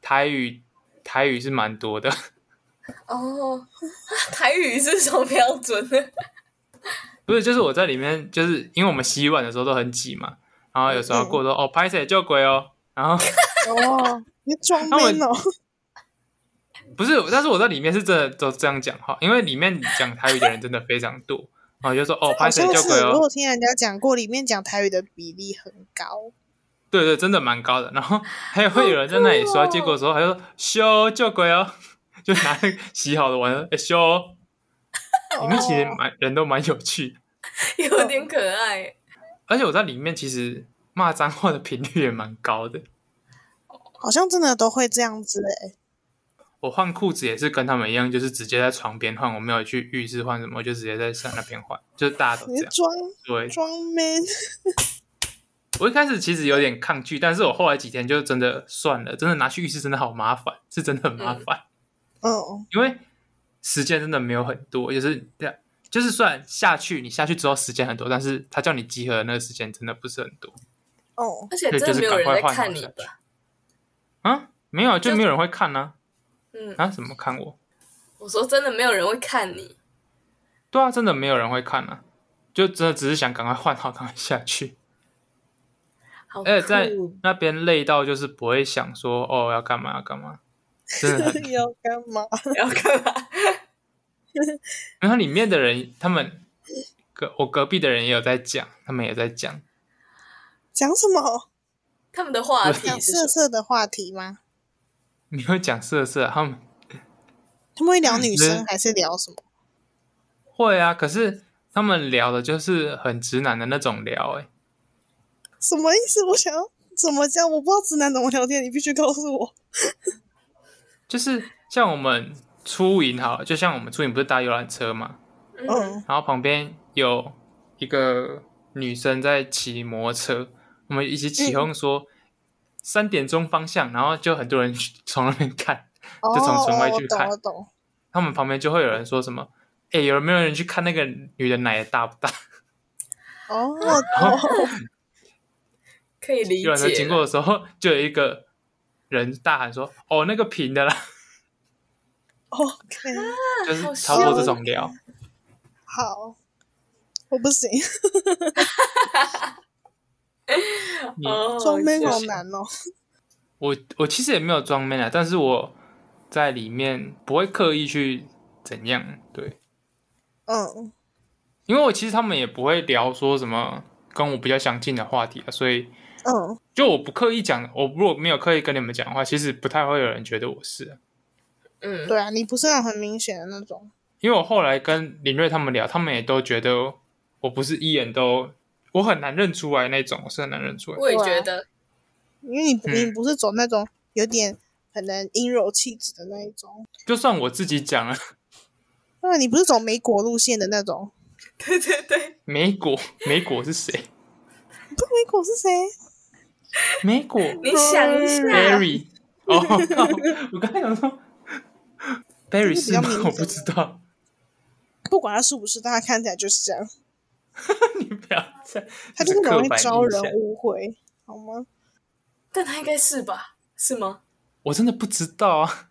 [SPEAKER 1] 台语台语是蛮多的，
[SPEAKER 2] 哦， 台语是什么标准 呢？
[SPEAKER 1] 不是就是我在里面就是因为我们洗碗的时候都很挤嘛，然后有时候过说哦拍谁救鬼哦，然后
[SPEAKER 3] 哦，你装
[SPEAKER 1] 那我
[SPEAKER 3] man 哦，
[SPEAKER 1] 不是，但是我在里面是真的都这样讲话，因为里面讲台语的人真的非常多，然后就说哦拍
[SPEAKER 3] 好
[SPEAKER 1] 谁
[SPEAKER 3] 像
[SPEAKER 1] 救鬼
[SPEAKER 3] 是，我
[SPEAKER 1] 哦，
[SPEAKER 3] 有听人家讲过，里面讲台语的比例很高。
[SPEAKER 1] 对对，真的蛮高的，然后还有会有人在那里
[SPEAKER 3] 哦
[SPEAKER 1] 刷结果的时候，还说修救鬼哦，就拿那个洗好的碗说哎修哦。里面其实
[SPEAKER 3] 哦
[SPEAKER 1] 蛮人都蛮有趣，
[SPEAKER 2] 有点可爱。
[SPEAKER 1] 而且我在里面其实骂脏话的频率也蛮高的。
[SPEAKER 3] 好像真的都会这样子哎、
[SPEAKER 1] 我换裤子也是跟他们一样，就是直接在床边换，我没有去浴室换什么，我就直接在上那边换， 就是大家都这
[SPEAKER 3] 你是
[SPEAKER 1] 样。
[SPEAKER 3] 装
[SPEAKER 1] 对，
[SPEAKER 3] 装 man
[SPEAKER 1] 我一开始其实有点抗拒，但是我后来几天就真的算了，真的拿去浴室真的好麻烦， 是真的很麻烦，
[SPEAKER 3] 嗯，
[SPEAKER 1] 因为时间真的没有很多，就是这样。就是算下去，你下去之后时间很多，但是他叫你集合的那个时间真的不是很多
[SPEAKER 3] 哦，
[SPEAKER 2] 而且
[SPEAKER 1] 对
[SPEAKER 2] 真的
[SPEAKER 1] 就是
[SPEAKER 2] 没有人在
[SPEAKER 1] 赶快换
[SPEAKER 2] 看
[SPEAKER 1] 好
[SPEAKER 2] 你
[SPEAKER 1] 下去
[SPEAKER 2] 吧？
[SPEAKER 1] 啊，没有就
[SPEAKER 2] 就
[SPEAKER 1] 没有人会看呢
[SPEAKER 2] 嗯，
[SPEAKER 1] 啊啊，怎么看我？
[SPEAKER 2] 我说真的没有人会看你。
[SPEAKER 1] 对啊，真的没有人会看啊，就真的只是想赶快换好，赶快下去。
[SPEAKER 2] 好酷，哦
[SPEAKER 1] 而且在那边累到就是不会想说哦要干嘛要干嘛，真的很。
[SPEAKER 3] 要干嘛？
[SPEAKER 2] 要干嘛？
[SPEAKER 1] 然后里面的人，他们隔我隔壁的人也有在讲，他们也在讲，
[SPEAKER 3] 讲什么？
[SPEAKER 2] 他们的话题
[SPEAKER 3] 讲
[SPEAKER 2] 是
[SPEAKER 3] 色
[SPEAKER 2] 什
[SPEAKER 3] 色的话题吗？
[SPEAKER 1] 没有讲色色，他们
[SPEAKER 3] 他们会聊女
[SPEAKER 1] 嗯
[SPEAKER 3] 生还是聊什么？
[SPEAKER 1] 会啊，可是他们聊的就是很直男的那种聊、欸，哎，
[SPEAKER 3] 什么意思？我想要怎么讲？我不知道直男怎么聊天，你必须告诉我。
[SPEAKER 1] 就是像我们出营好了，就像我们出营不是搭游览车嘛，
[SPEAKER 2] 么？嗯，
[SPEAKER 3] 嗯，
[SPEAKER 1] 然后旁边有一个女生在骑摩托车，我们一起起
[SPEAKER 2] 嗯
[SPEAKER 1] 哄说三点钟方向，然后就很多人去 从那边看，
[SPEAKER 3] 哦，
[SPEAKER 1] 就从
[SPEAKER 3] 哦
[SPEAKER 1] 窗外
[SPEAKER 3] 我
[SPEAKER 1] 去
[SPEAKER 3] 懂，
[SPEAKER 1] 看
[SPEAKER 3] 我懂。
[SPEAKER 1] 他们旁边就会有人说什么：“哎、有没有人去看那个女的奶大不大
[SPEAKER 3] 哦，我
[SPEAKER 1] 然后
[SPEAKER 3] 懂。
[SPEAKER 2] 可以？”理
[SPEAKER 1] 有人在
[SPEAKER 2] 解
[SPEAKER 1] 经
[SPEAKER 2] 啦。
[SPEAKER 1] 过的时候，就有一个人大喊说：“哦，那个平 的啦
[SPEAKER 3] OK，！”
[SPEAKER 1] 就是
[SPEAKER 2] 好
[SPEAKER 1] 差不多这
[SPEAKER 2] 凶啊
[SPEAKER 1] 种聊。
[SPEAKER 3] 好，我不行，
[SPEAKER 1] 你
[SPEAKER 2] 哦
[SPEAKER 3] 装 man
[SPEAKER 2] 谢
[SPEAKER 1] 哦
[SPEAKER 3] 好
[SPEAKER 2] 谢
[SPEAKER 3] 难哦。
[SPEAKER 1] 我我其实也没有装 man 啊，但是我在里面不会刻意去怎样，对，
[SPEAKER 3] 嗯，
[SPEAKER 1] 因为我其实他们也不会聊说什么跟我比较相近的话题啊，所以
[SPEAKER 3] 嗯，
[SPEAKER 1] 就我不刻意讲，我如果没有刻意跟你们讲的话，其实不太会有人觉得我是啊、
[SPEAKER 2] 嗯，
[SPEAKER 3] 对啊，你不是那种很明显的那种，
[SPEAKER 1] 因为我后来跟林瑞他们聊，他们也都觉得我不是一眼都我很难认出来那种，我是很难认出来。
[SPEAKER 2] 我也觉得，
[SPEAKER 3] 因为你不
[SPEAKER 1] 嗯
[SPEAKER 3] 你不是走那种有点可能阴柔气质的那一种，
[SPEAKER 1] 就算我自己讲了
[SPEAKER 3] 对，啊你不是走美国路线的那种。啊
[SPEAKER 2] 对对
[SPEAKER 3] 嗯
[SPEAKER 2] 对，
[SPEAKER 1] 美国，美国是 谁？
[SPEAKER 3] 这美国是谁？
[SPEAKER 1] 美国
[SPEAKER 2] 你想一下，
[SPEAKER 1] Barry 哦，靠我刚才想说 Barry 是
[SPEAKER 3] 这个比较
[SPEAKER 1] 吗
[SPEAKER 3] 明？显
[SPEAKER 1] 我不知道，
[SPEAKER 3] 不管他是不是，但他看起来就是这样，
[SPEAKER 1] 你不要再，
[SPEAKER 3] 他就是
[SPEAKER 1] 这
[SPEAKER 3] 很
[SPEAKER 1] 刻
[SPEAKER 3] 容易
[SPEAKER 1] 板
[SPEAKER 3] 招
[SPEAKER 1] 印
[SPEAKER 3] 人
[SPEAKER 1] 象。
[SPEAKER 3] 误会，好吗？
[SPEAKER 2] 但他应该是吧？是吗？
[SPEAKER 1] 我真的不知道啊，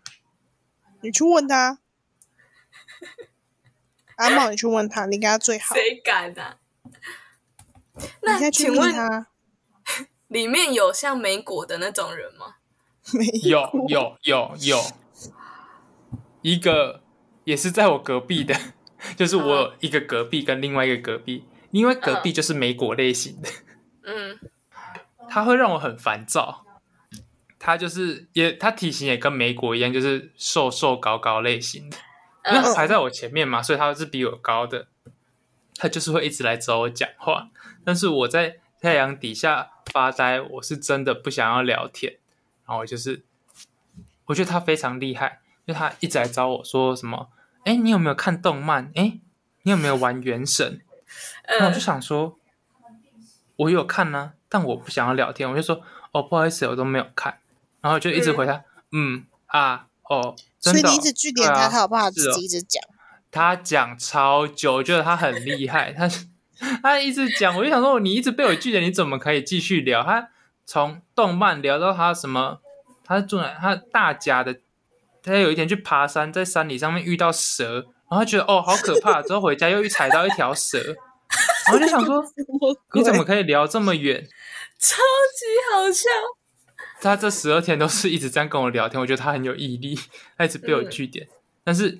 [SPEAKER 3] 你去 问他，阿茂，你去问他，你跟他最好，
[SPEAKER 2] 谁敢啊？
[SPEAKER 3] 你
[SPEAKER 2] 那
[SPEAKER 3] 再去
[SPEAKER 2] 请
[SPEAKER 3] 问
[SPEAKER 2] 问
[SPEAKER 3] 他，
[SPEAKER 2] 里面有像美国的那种人吗？
[SPEAKER 3] 没
[SPEAKER 1] 有有有有，一个也是在我隔壁的， 就是我有一个隔壁跟另外一个隔壁，因为隔壁就是美国类型的，
[SPEAKER 2] 嗯，
[SPEAKER 1] 他会让我很烦躁。他就是也，他体型也跟美国一样，就是瘦瘦高高类型的。因为
[SPEAKER 2] 嗯
[SPEAKER 1] 他排在我前面嘛，所以他是比我高的，他就是会一直来找我讲话。但是我在太阳底下发呆，我是真的不想要聊天。然后我就是，我觉得他非常厉害，因为他一直来找我说什么：“哎，你有没有看动漫？哎，你有没有玩《原神》？”那我就
[SPEAKER 2] 嗯，
[SPEAKER 1] 想说，我有看呢、但我不想要聊天，我就说：“哦，不好意思，我都没有看。”然后就一直回他：“嗯啊，哦，真
[SPEAKER 3] 所以
[SPEAKER 1] 的哦、
[SPEAKER 3] 你一直据点
[SPEAKER 1] 对
[SPEAKER 3] 他，
[SPEAKER 1] 啊
[SPEAKER 3] 他好不好？
[SPEAKER 1] 是哦
[SPEAKER 3] 自己一直讲，
[SPEAKER 1] 他讲超久，我觉得他很厉害，他 他一直讲，我就想说，你一直被我拒绝，你怎么可以继续聊？他从动漫聊到他什么，他是住哪？他大家的，他有一天去爬山，在山里上面遇到蛇，然后他觉得哦好可怕，之后回家又踩到一条蛇，然后就想说， 你怎么可以聊这么远？
[SPEAKER 2] 超级好笑，
[SPEAKER 1] 他这十二天都是一直这样跟我聊天，我觉得他很有毅力，他一直被我据点。但是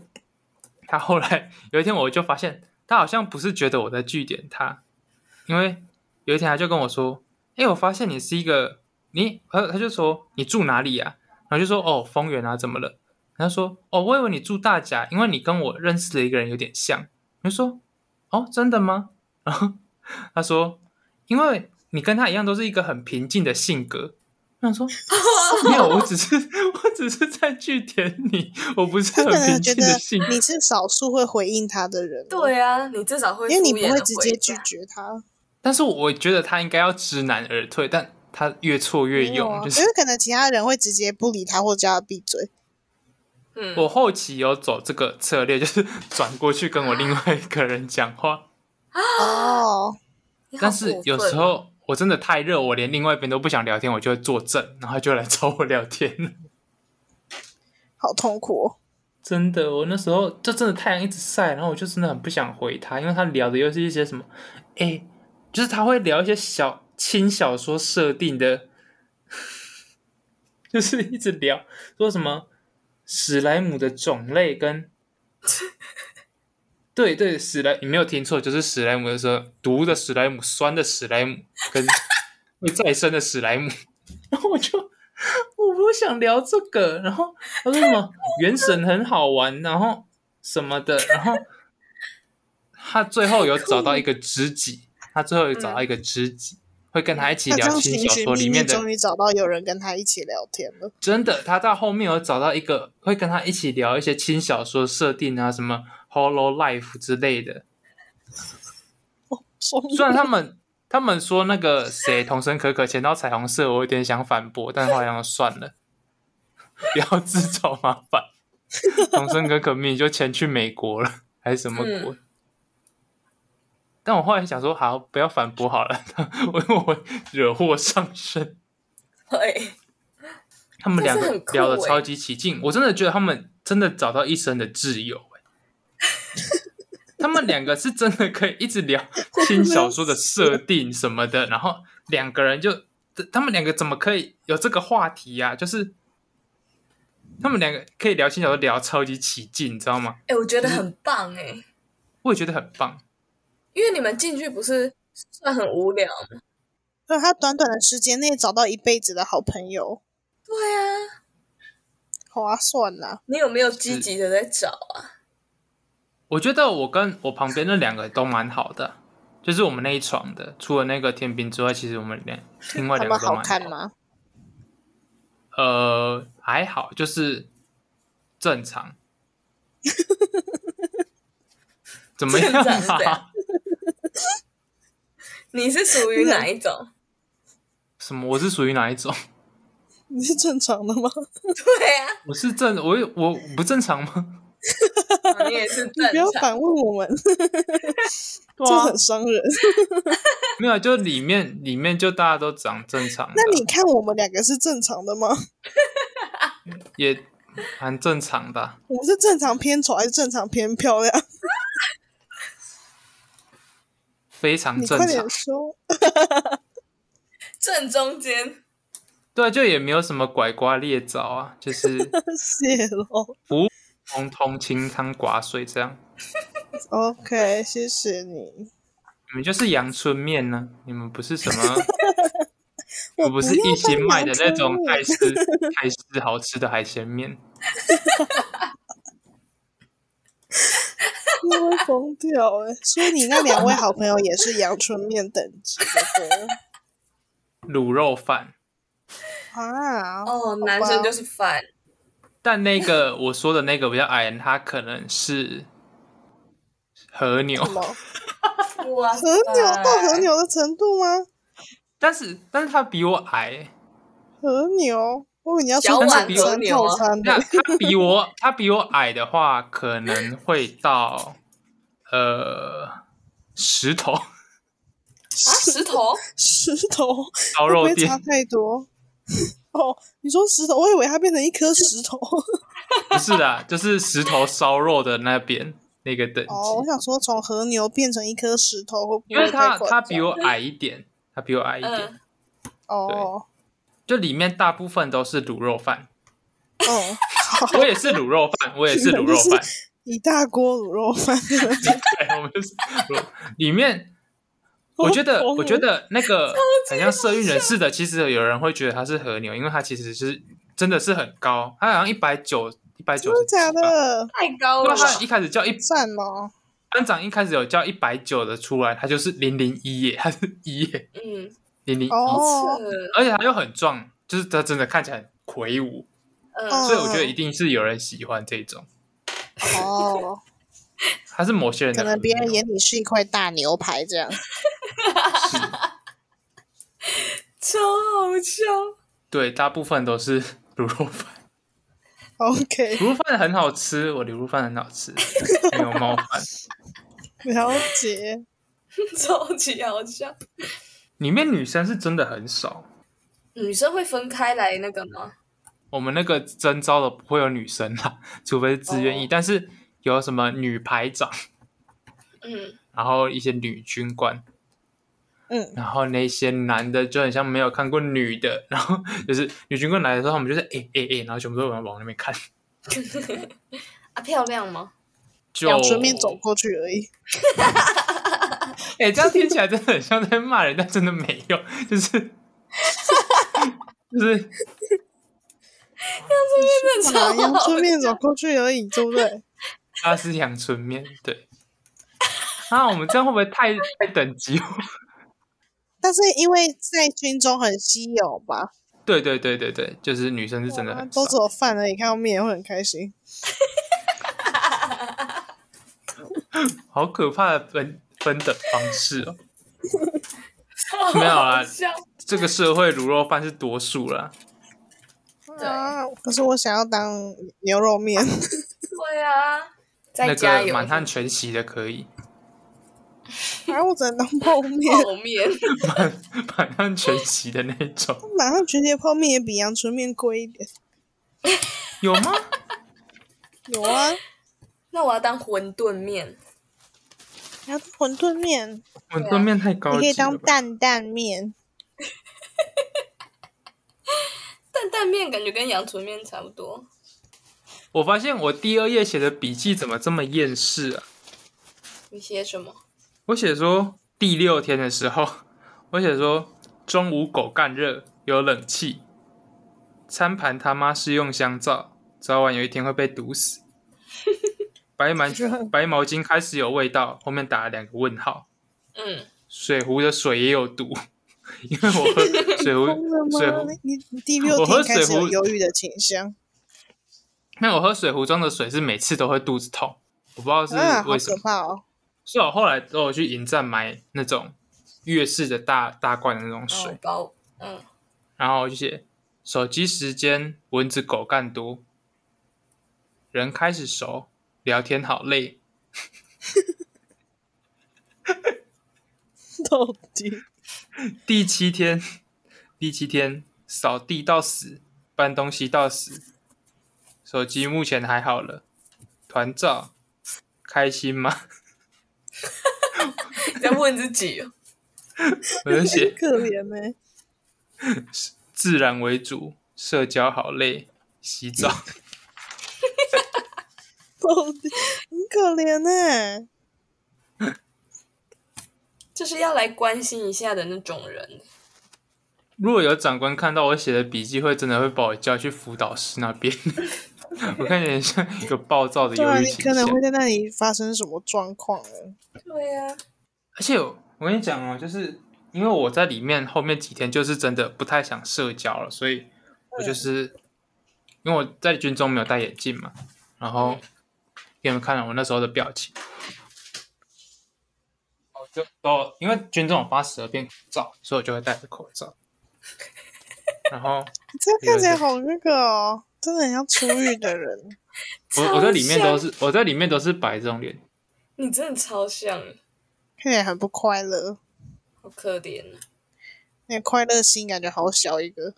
[SPEAKER 1] 他后来有一天，我就发现他好像不是觉得我在据点他，因为有一天他就跟我说：“哎、我发现你是一个你，他他就说你住哪里呀、啊？”然后就说：“哦，丰原啊，怎么了？”然后说：“哦，我以为你住大甲，因为你跟我认识的一个人有点像。”我就说：“哦，真的吗？”然后他说：“因为你跟他一样，都是一个很平静的性格。”我想说，没有，我只是我只是在据点你，我不是
[SPEAKER 3] 他
[SPEAKER 1] 很
[SPEAKER 3] 可能
[SPEAKER 1] 平
[SPEAKER 3] 觉
[SPEAKER 1] 静
[SPEAKER 3] 得
[SPEAKER 1] 的性格。
[SPEAKER 3] 你是少数会回应他的人，，
[SPEAKER 2] 对啊，你至少会
[SPEAKER 3] 因为你
[SPEAKER 2] 敷
[SPEAKER 3] 不
[SPEAKER 2] 衍
[SPEAKER 3] 会
[SPEAKER 2] 地
[SPEAKER 3] 直
[SPEAKER 2] 回
[SPEAKER 3] 接
[SPEAKER 2] 答
[SPEAKER 3] 拒绝他，
[SPEAKER 1] 但是我觉得他应该要知难而退，但他越挫越
[SPEAKER 3] 没有
[SPEAKER 1] 勇。
[SPEAKER 3] 啊
[SPEAKER 1] 就是
[SPEAKER 3] 因为可能其他人会直接不理他或者叫他闭嘴，
[SPEAKER 2] 嗯，
[SPEAKER 1] 我后期有走这个策略，就是转过去跟我另外一个人讲话。啊
[SPEAKER 3] 哦，
[SPEAKER 2] 你好
[SPEAKER 1] 但是
[SPEAKER 2] 过
[SPEAKER 1] 有
[SPEAKER 2] 分
[SPEAKER 1] 时候我真的太热，我连另外一边都不想聊天，我就会坐正，然后他就来找我聊天了。
[SPEAKER 3] 好痛苦、哦，
[SPEAKER 1] 真的，我那时候就真的太阳一直晒，然后我就真的很不想回他，因为他聊的又是一些什么，哎、就是他会聊一些小轻小说设定的， 就是一直聊说什么史莱姆的种类跟，对对，史莱你没有听错，就是史莱姆的时候，毒的史莱姆、酸的史莱姆跟会再生的史莱姆， 然后我就我不想聊这个，然后他说什么原神很好玩，然后什么的，然后他最后有找到一个知己，他最后有找到一个知己，会跟他一起
[SPEAKER 3] 他嗯这
[SPEAKER 1] 聊
[SPEAKER 3] 样
[SPEAKER 1] 轻
[SPEAKER 3] 寻
[SPEAKER 1] 小
[SPEAKER 3] 寻
[SPEAKER 1] 说里
[SPEAKER 3] 觅觅，
[SPEAKER 1] 面的
[SPEAKER 3] 终于找到有人跟他一起聊天了。
[SPEAKER 1] 真的，他到后面有找到一个会跟他一起聊一些轻小说设定啊，什么《Hollow Life》之类的。
[SPEAKER 3] 说
[SPEAKER 1] 虽然他 们他们说那个谁童声可可潜到彩虹社，我有点想反驳，但后来想算了，不要自找麻烦。童声可可明明就潜去美国了，还是什么
[SPEAKER 3] 嗯
[SPEAKER 1] 国？但我后来想说，好，不要反驳好了， 我因为我会惹祸上身。
[SPEAKER 2] 会
[SPEAKER 1] 他们两
[SPEAKER 2] 但
[SPEAKER 1] 个
[SPEAKER 2] 是很酷
[SPEAKER 1] 聊的
[SPEAKER 2] 欸
[SPEAKER 1] 超级起劲，我真的觉得他们真的找到一生的挚友、欸。他们两个是 真的可以一直聊轻小说的设定什么的，然后两个人就他们两个怎么可以有这个话题呀、就是他们两个可以聊星球聊超级起劲，你知道吗？
[SPEAKER 2] 哎、我觉得很棒哎、
[SPEAKER 1] 嗯我也觉得很棒。
[SPEAKER 2] 因为你们进去不是算很无聊吗？
[SPEAKER 3] 所以他短短的时间内找到一辈子的好朋友，
[SPEAKER 2] 对啊，
[SPEAKER 3] 划算呐、
[SPEAKER 2] 你有没有积极的在找啊？
[SPEAKER 1] 我觉得我跟我旁边那两个都蛮好的，就是我们那一床的，除了那个天兵之外，其实我们两另外
[SPEAKER 3] 他
[SPEAKER 1] 两
[SPEAKER 3] 们
[SPEAKER 1] 个都
[SPEAKER 3] 好
[SPEAKER 1] 蛮
[SPEAKER 3] 看
[SPEAKER 1] 的
[SPEAKER 3] 吗？
[SPEAKER 1] 呃，还好，就是正常。怎么样、
[SPEAKER 2] 正常是怎
[SPEAKER 1] 啊
[SPEAKER 2] 样？你是属于哪一种？
[SPEAKER 1] 什么？我是属于哪一种？
[SPEAKER 3] 你是正常的吗？
[SPEAKER 2] 对啊，
[SPEAKER 1] 我是正，我有我不正常吗？
[SPEAKER 2] 哦你也是
[SPEAKER 3] 你不要
[SPEAKER 2] 正常。
[SPEAKER 3] 反问我们，
[SPEAKER 1] 对
[SPEAKER 3] 这
[SPEAKER 1] 啊，
[SPEAKER 3] 很伤人。
[SPEAKER 1] 没有，啊就里面里面就大家都长正常的啊，
[SPEAKER 3] 那你看我们两个是正常的吗？
[SPEAKER 1] 也蛮正常的啊。
[SPEAKER 3] 我们是正常偏丑还是正常偏漂亮？
[SPEAKER 1] 非常
[SPEAKER 3] 你
[SPEAKER 1] 正
[SPEAKER 3] 快
[SPEAKER 1] 常
[SPEAKER 3] 点，说，
[SPEAKER 2] 正中间，
[SPEAKER 1] 对，啊就也没有什么拐瓜裂枣啊，就是
[SPEAKER 3] 谢喽。
[SPEAKER 1] 通通清汤寡水这样。
[SPEAKER 3] OK，谢谢你。
[SPEAKER 1] 你们就是阳春面呢、你们不是什么，
[SPEAKER 3] 我
[SPEAKER 1] 不是
[SPEAKER 3] 要
[SPEAKER 1] 一心
[SPEAKER 3] 当
[SPEAKER 1] 卖的
[SPEAKER 3] 洋
[SPEAKER 1] 那
[SPEAKER 3] 葱
[SPEAKER 1] 种
[SPEAKER 3] 面
[SPEAKER 1] 泰式泰式好吃的海鲜面。
[SPEAKER 3] 我会疯掉哎、所以你那两位好朋友也是阳春面等级的
[SPEAKER 1] 卤肉饭，
[SPEAKER 3] 啊？
[SPEAKER 2] 哦，
[SPEAKER 3] 吧
[SPEAKER 2] 男生就是饭，
[SPEAKER 1] 但那个我说的那个比较矮人，他可能是和牛
[SPEAKER 3] 什，么
[SPEAKER 2] 哇
[SPEAKER 3] 和牛到和，牛的程度吗？
[SPEAKER 1] 但是但是他比我矮，
[SPEAKER 3] 和牛，我以为你要
[SPEAKER 2] 小
[SPEAKER 3] 说
[SPEAKER 1] 碗
[SPEAKER 3] 晚
[SPEAKER 1] 和
[SPEAKER 3] 餐
[SPEAKER 2] 牛
[SPEAKER 3] 套
[SPEAKER 2] 啊
[SPEAKER 3] 餐
[SPEAKER 1] 那
[SPEAKER 3] 的，
[SPEAKER 1] 他比我他比我矮的话，可能会到呃石头
[SPEAKER 2] 啊，石头，
[SPEAKER 3] 石 头
[SPEAKER 1] 烧
[SPEAKER 3] 会不
[SPEAKER 1] 肉
[SPEAKER 3] 会差
[SPEAKER 1] 店，
[SPEAKER 3] 太多？ 哦，你说石头，我以为它变成一颗石头。
[SPEAKER 1] 不是的，就是石头烧肉的那边那个等级。
[SPEAKER 3] 哦，我想说从和牛变成一颗石头，会不会
[SPEAKER 1] 因为
[SPEAKER 3] 太
[SPEAKER 1] 他
[SPEAKER 3] 夸
[SPEAKER 1] 他
[SPEAKER 3] 张
[SPEAKER 1] 比我矮一点，他比我矮一点，
[SPEAKER 2] 嗯，
[SPEAKER 3] 哦，
[SPEAKER 1] 就里面大部分都是卤肉饭，
[SPEAKER 3] 嗯，
[SPEAKER 1] 我也是卤肉饭，我也是卤肉饭，
[SPEAKER 3] 一大锅卤肉饭，
[SPEAKER 1] 对，我们就是卤肉里面，我觉得
[SPEAKER 3] 哦
[SPEAKER 1] 我觉得那个很像社运人士的，其实有人会觉得他是和牛，因为他其实是真的是很高，他好像一百九一百九
[SPEAKER 3] 真
[SPEAKER 1] 十
[SPEAKER 3] 的假
[SPEAKER 1] 几吧。
[SPEAKER 3] 的？
[SPEAKER 2] 太
[SPEAKER 1] 因
[SPEAKER 2] 高了
[SPEAKER 1] 为
[SPEAKER 2] 吧，
[SPEAKER 1] 他一开始叫一
[SPEAKER 3] 算哦，
[SPEAKER 1] 班长一开始有叫一百九的出来，他就是零零一耶，他是一耶
[SPEAKER 2] 嗯，
[SPEAKER 1] 零零一，
[SPEAKER 3] 哦，
[SPEAKER 2] 是，
[SPEAKER 1] 而且他又很壮，就是他真的看起来很魁梧，
[SPEAKER 2] 嗯
[SPEAKER 3] 哦，
[SPEAKER 1] 所以我觉得一定是有人喜欢这种，
[SPEAKER 3] 哦，
[SPEAKER 1] 他是某些人的
[SPEAKER 3] 可
[SPEAKER 1] 偶
[SPEAKER 3] 能别人眼里是一块大牛排这样。
[SPEAKER 2] 超好笑，
[SPEAKER 1] 对，大部分都是 卤肉 饭，
[SPEAKER 3] OK，
[SPEAKER 1] 卤肉饭很好吃，我卤肉饭很好 吃，没有冒犯。
[SPEAKER 3] 了解。
[SPEAKER 2] 超级好笑。
[SPEAKER 1] 里面女生是真的很少，
[SPEAKER 2] 女生会分开来那个吗？
[SPEAKER 1] 我们那个征招的不会有女生啦， 除非是自愿意，
[SPEAKER 2] 哦
[SPEAKER 1] 但是有什么女排长，
[SPEAKER 2] 嗯，
[SPEAKER 1] 然后一些女军官，
[SPEAKER 3] 嗯，
[SPEAKER 1] 然后那些男的就很像没有看过女的， 然后就是女军官来的时候，他们就是哎哎哎，然后全部都往往那边看，
[SPEAKER 2] 啊，漂亮吗？
[SPEAKER 1] 就
[SPEAKER 3] 阳春面走过去而已。
[SPEAKER 1] 哎、这样听起来真的很像在骂人，但真的没有，就是 就是
[SPEAKER 2] 真的超
[SPEAKER 1] 哦
[SPEAKER 3] 啊，阳
[SPEAKER 2] 好
[SPEAKER 3] 春面走过去而已，对不对？
[SPEAKER 1] 它是阳春面，对。啊，我们这样会不会太太等级 化？
[SPEAKER 3] 但是因为在军中很稀有吧，
[SPEAKER 1] 对对对对对，就是女生是真的
[SPEAKER 3] 哇
[SPEAKER 1] 很
[SPEAKER 3] 都
[SPEAKER 1] 少
[SPEAKER 3] 只有饭而已，看到面也会很开心。
[SPEAKER 1] 好可怕的分分的方式哦。
[SPEAKER 2] 超
[SPEAKER 1] 没有啊
[SPEAKER 2] 好笑
[SPEAKER 1] 这个社会卤肉饭是多数 啦，
[SPEAKER 2] 对
[SPEAKER 3] 啊，可是我想要当牛肉面。
[SPEAKER 2] 对啊，再
[SPEAKER 1] 那
[SPEAKER 2] 加
[SPEAKER 1] 个
[SPEAKER 2] 油，
[SPEAKER 1] 满汉全席的可以，
[SPEAKER 3] 然后我只能当 泡面，
[SPEAKER 2] 泡面，
[SPEAKER 1] 满汉全席的那种
[SPEAKER 3] 马上觉得泡面也比阳春面贵一点。
[SPEAKER 1] 有吗？
[SPEAKER 3] 有啊，
[SPEAKER 2] 那我要当馄饨面，
[SPEAKER 3] 还有馄饨面，
[SPEAKER 1] 馄饨面太高
[SPEAKER 3] 啊你可以
[SPEAKER 1] 级了
[SPEAKER 3] 当
[SPEAKER 1] 吧？
[SPEAKER 3] 担担面。
[SPEAKER 2] 担担面感觉跟阳春面差不多。
[SPEAKER 1] 我发现我第二页写的笔记怎么这么厌世啊？
[SPEAKER 2] 你写什么？
[SPEAKER 1] 我写说第六天的时候，我写说中午狗干热，有冷气，餐盘他妈是用香皂，早晚有一天会被毒 死。白毛
[SPEAKER 3] 啊
[SPEAKER 1] 白毛巾开始有味道，后面打了两个问号。
[SPEAKER 2] 嗯，
[SPEAKER 1] 水壶的水也有毒，因为我 喝水壶
[SPEAKER 3] 疯了
[SPEAKER 1] 水
[SPEAKER 3] 吗
[SPEAKER 1] 壶？，
[SPEAKER 3] 你你第六
[SPEAKER 1] 我喝
[SPEAKER 3] 天开始
[SPEAKER 1] 水壶
[SPEAKER 3] 有忧郁的倾向
[SPEAKER 1] 那我喝水壶中的水是每次都会肚子痛，我不知道是
[SPEAKER 3] 啊，好
[SPEAKER 1] 为什
[SPEAKER 3] 可
[SPEAKER 1] 么。
[SPEAKER 3] 怕哦！
[SPEAKER 1] 所以我后来都有去银站买那种粤式的大大罐的那种水，
[SPEAKER 2] 哦包，嗯，
[SPEAKER 1] 然后我就写手机时间，蚊子狗干多，人开始熟，聊天好累，
[SPEAKER 3] 到底
[SPEAKER 1] 第七天，第七天扫地到死，搬东西到死，手机目前还好了，团照开心吗？
[SPEAKER 2] 你在问自己哦。
[SPEAKER 1] 我就写
[SPEAKER 3] 很可怜呢、
[SPEAKER 1] 自然为主，社交好累，洗澡。
[SPEAKER 3] 到底很可怜呢、
[SPEAKER 2] 就是要来关心一下的那种人，
[SPEAKER 1] 如果有长官看到我写的笔记，会真的会把我叫去辅导室那边。 我看起来像一个暴躁的
[SPEAKER 3] 对
[SPEAKER 1] 忧
[SPEAKER 3] 啊，
[SPEAKER 1] 郁
[SPEAKER 3] 你
[SPEAKER 1] 倾
[SPEAKER 3] 可
[SPEAKER 1] 向
[SPEAKER 3] 能。会在那里发生什么状况呢？
[SPEAKER 2] 对啊呀、
[SPEAKER 1] 而且我我跟你讲哦，就是因为我在里面后面几天就是真的不太想社交了，所以我
[SPEAKER 2] 嗯
[SPEAKER 1] 就是因为我在军中没有戴眼镜嘛，然
[SPEAKER 2] 嗯
[SPEAKER 1] 后给你们看了我那时候的表情，我就都因为军中有发十二片口罩，所以我就会戴着口 罩，然后
[SPEAKER 3] 你这样看起来好那个哦，真的很像出狱的人。
[SPEAKER 1] 我我在里面都
[SPEAKER 2] 超像，
[SPEAKER 1] 是我在里面都是摆这种脸，
[SPEAKER 2] 你真的超像，
[SPEAKER 3] 看起来很不快乐，
[SPEAKER 2] 好可怜啊！
[SPEAKER 3] 那个快乐心感觉好小一个，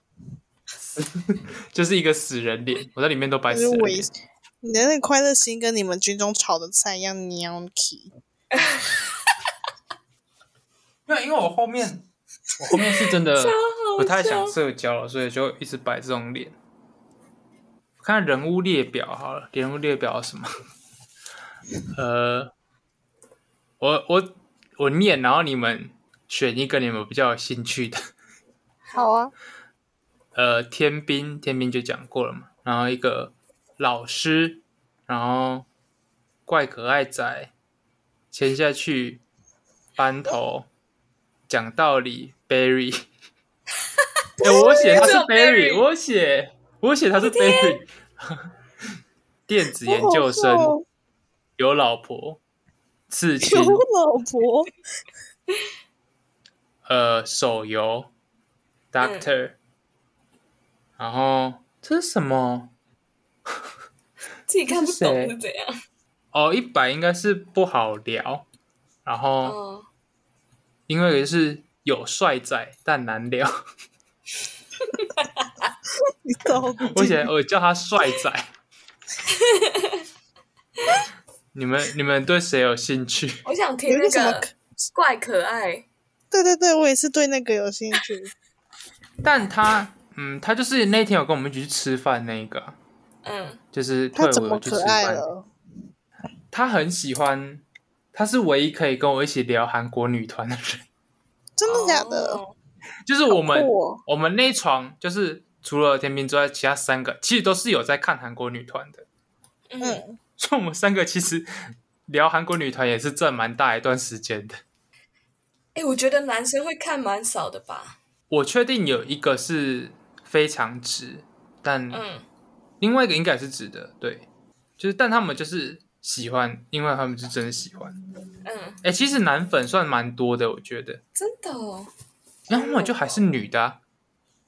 [SPEAKER 1] 就是一个死人脸，我在里面都摆
[SPEAKER 3] 就
[SPEAKER 1] 死
[SPEAKER 3] 是
[SPEAKER 1] 人
[SPEAKER 3] 我
[SPEAKER 1] 脸。
[SPEAKER 3] 你的那个快乐心跟你们军中炒的菜一样蔫 气。
[SPEAKER 1] 对，因为我后面我后面是真的
[SPEAKER 2] 超好
[SPEAKER 1] 不太想
[SPEAKER 2] 笑
[SPEAKER 1] 社交了，所以就一直摆这种脸。看人物列表好了，人物列表有什么？呃，我我我念，然后你们选一个你们比较有兴趣的。
[SPEAKER 3] 好啊，
[SPEAKER 1] 呃，天兵，天兵就讲过了嘛。然后一个老师，然后怪可爱仔，潜下去，班头，讲道理，Berry。哎、我写他是
[SPEAKER 2] 只有
[SPEAKER 1] Berry，
[SPEAKER 2] Barry
[SPEAKER 1] 我写我写他是 Berry。电子研究
[SPEAKER 3] 好好笑
[SPEAKER 1] 生
[SPEAKER 3] 哦
[SPEAKER 1] 有老婆，刺青
[SPEAKER 3] 有，老婆，
[SPEAKER 1] 呃，手游，Doctor，、然后这是什么？
[SPEAKER 2] 自己看不
[SPEAKER 1] 这是谁
[SPEAKER 2] 懂是怎样。
[SPEAKER 1] 哦，一百应该是不好聊，然后
[SPEAKER 2] 哦，
[SPEAKER 1] 因为是有帅仔但难聊，
[SPEAKER 3] 你到底？
[SPEAKER 1] 我 写我叫他帅仔。你们你们对谁有兴趣？
[SPEAKER 2] 我想听
[SPEAKER 3] 有一
[SPEAKER 2] 那
[SPEAKER 3] 个什么
[SPEAKER 2] 个怪可爱，
[SPEAKER 3] 对对对，我也是对那个有兴 趣。
[SPEAKER 1] 但他嗯，他就是那天有跟我们一起去吃饭那个，
[SPEAKER 2] 嗯，
[SPEAKER 1] 就是退
[SPEAKER 3] 他怎
[SPEAKER 1] 伍
[SPEAKER 3] 么
[SPEAKER 1] 有去吃
[SPEAKER 3] 可爱哦
[SPEAKER 1] 饭。
[SPEAKER 3] 了？
[SPEAKER 1] 他很喜欢，他是唯一可以跟我一起聊韩国女团的人。
[SPEAKER 3] 真的假的？
[SPEAKER 2] 哦
[SPEAKER 1] 就是我们、
[SPEAKER 3] 好酷哦
[SPEAKER 1] 我们那一床，就是除了天平之外，其他三个其实都是有在看韩国女团的。
[SPEAKER 2] 嗯，
[SPEAKER 3] 嗯，
[SPEAKER 1] 所以我们三个其实聊韩国女团也是占蛮大一段时间的。
[SPEAKER 2] 哎，我觉得男生会看蛮少的吧。
[SPEAKER 1] 我确定有一个是非常直，但
[SPEAKER 2] 嗯，
[SPEAKER 1] 另外一个应该是直的，对，就是但他们就是喜欢，因为他们是真的喜欢。
[SPEAKER 2] 嗯，
[SPEAKER 1] 哎、其实男粉算蛮多的，我觉得，
[SPEAKER 2] 真的哦，
[SPEAKER 1] 然后他们就还是女的、啊，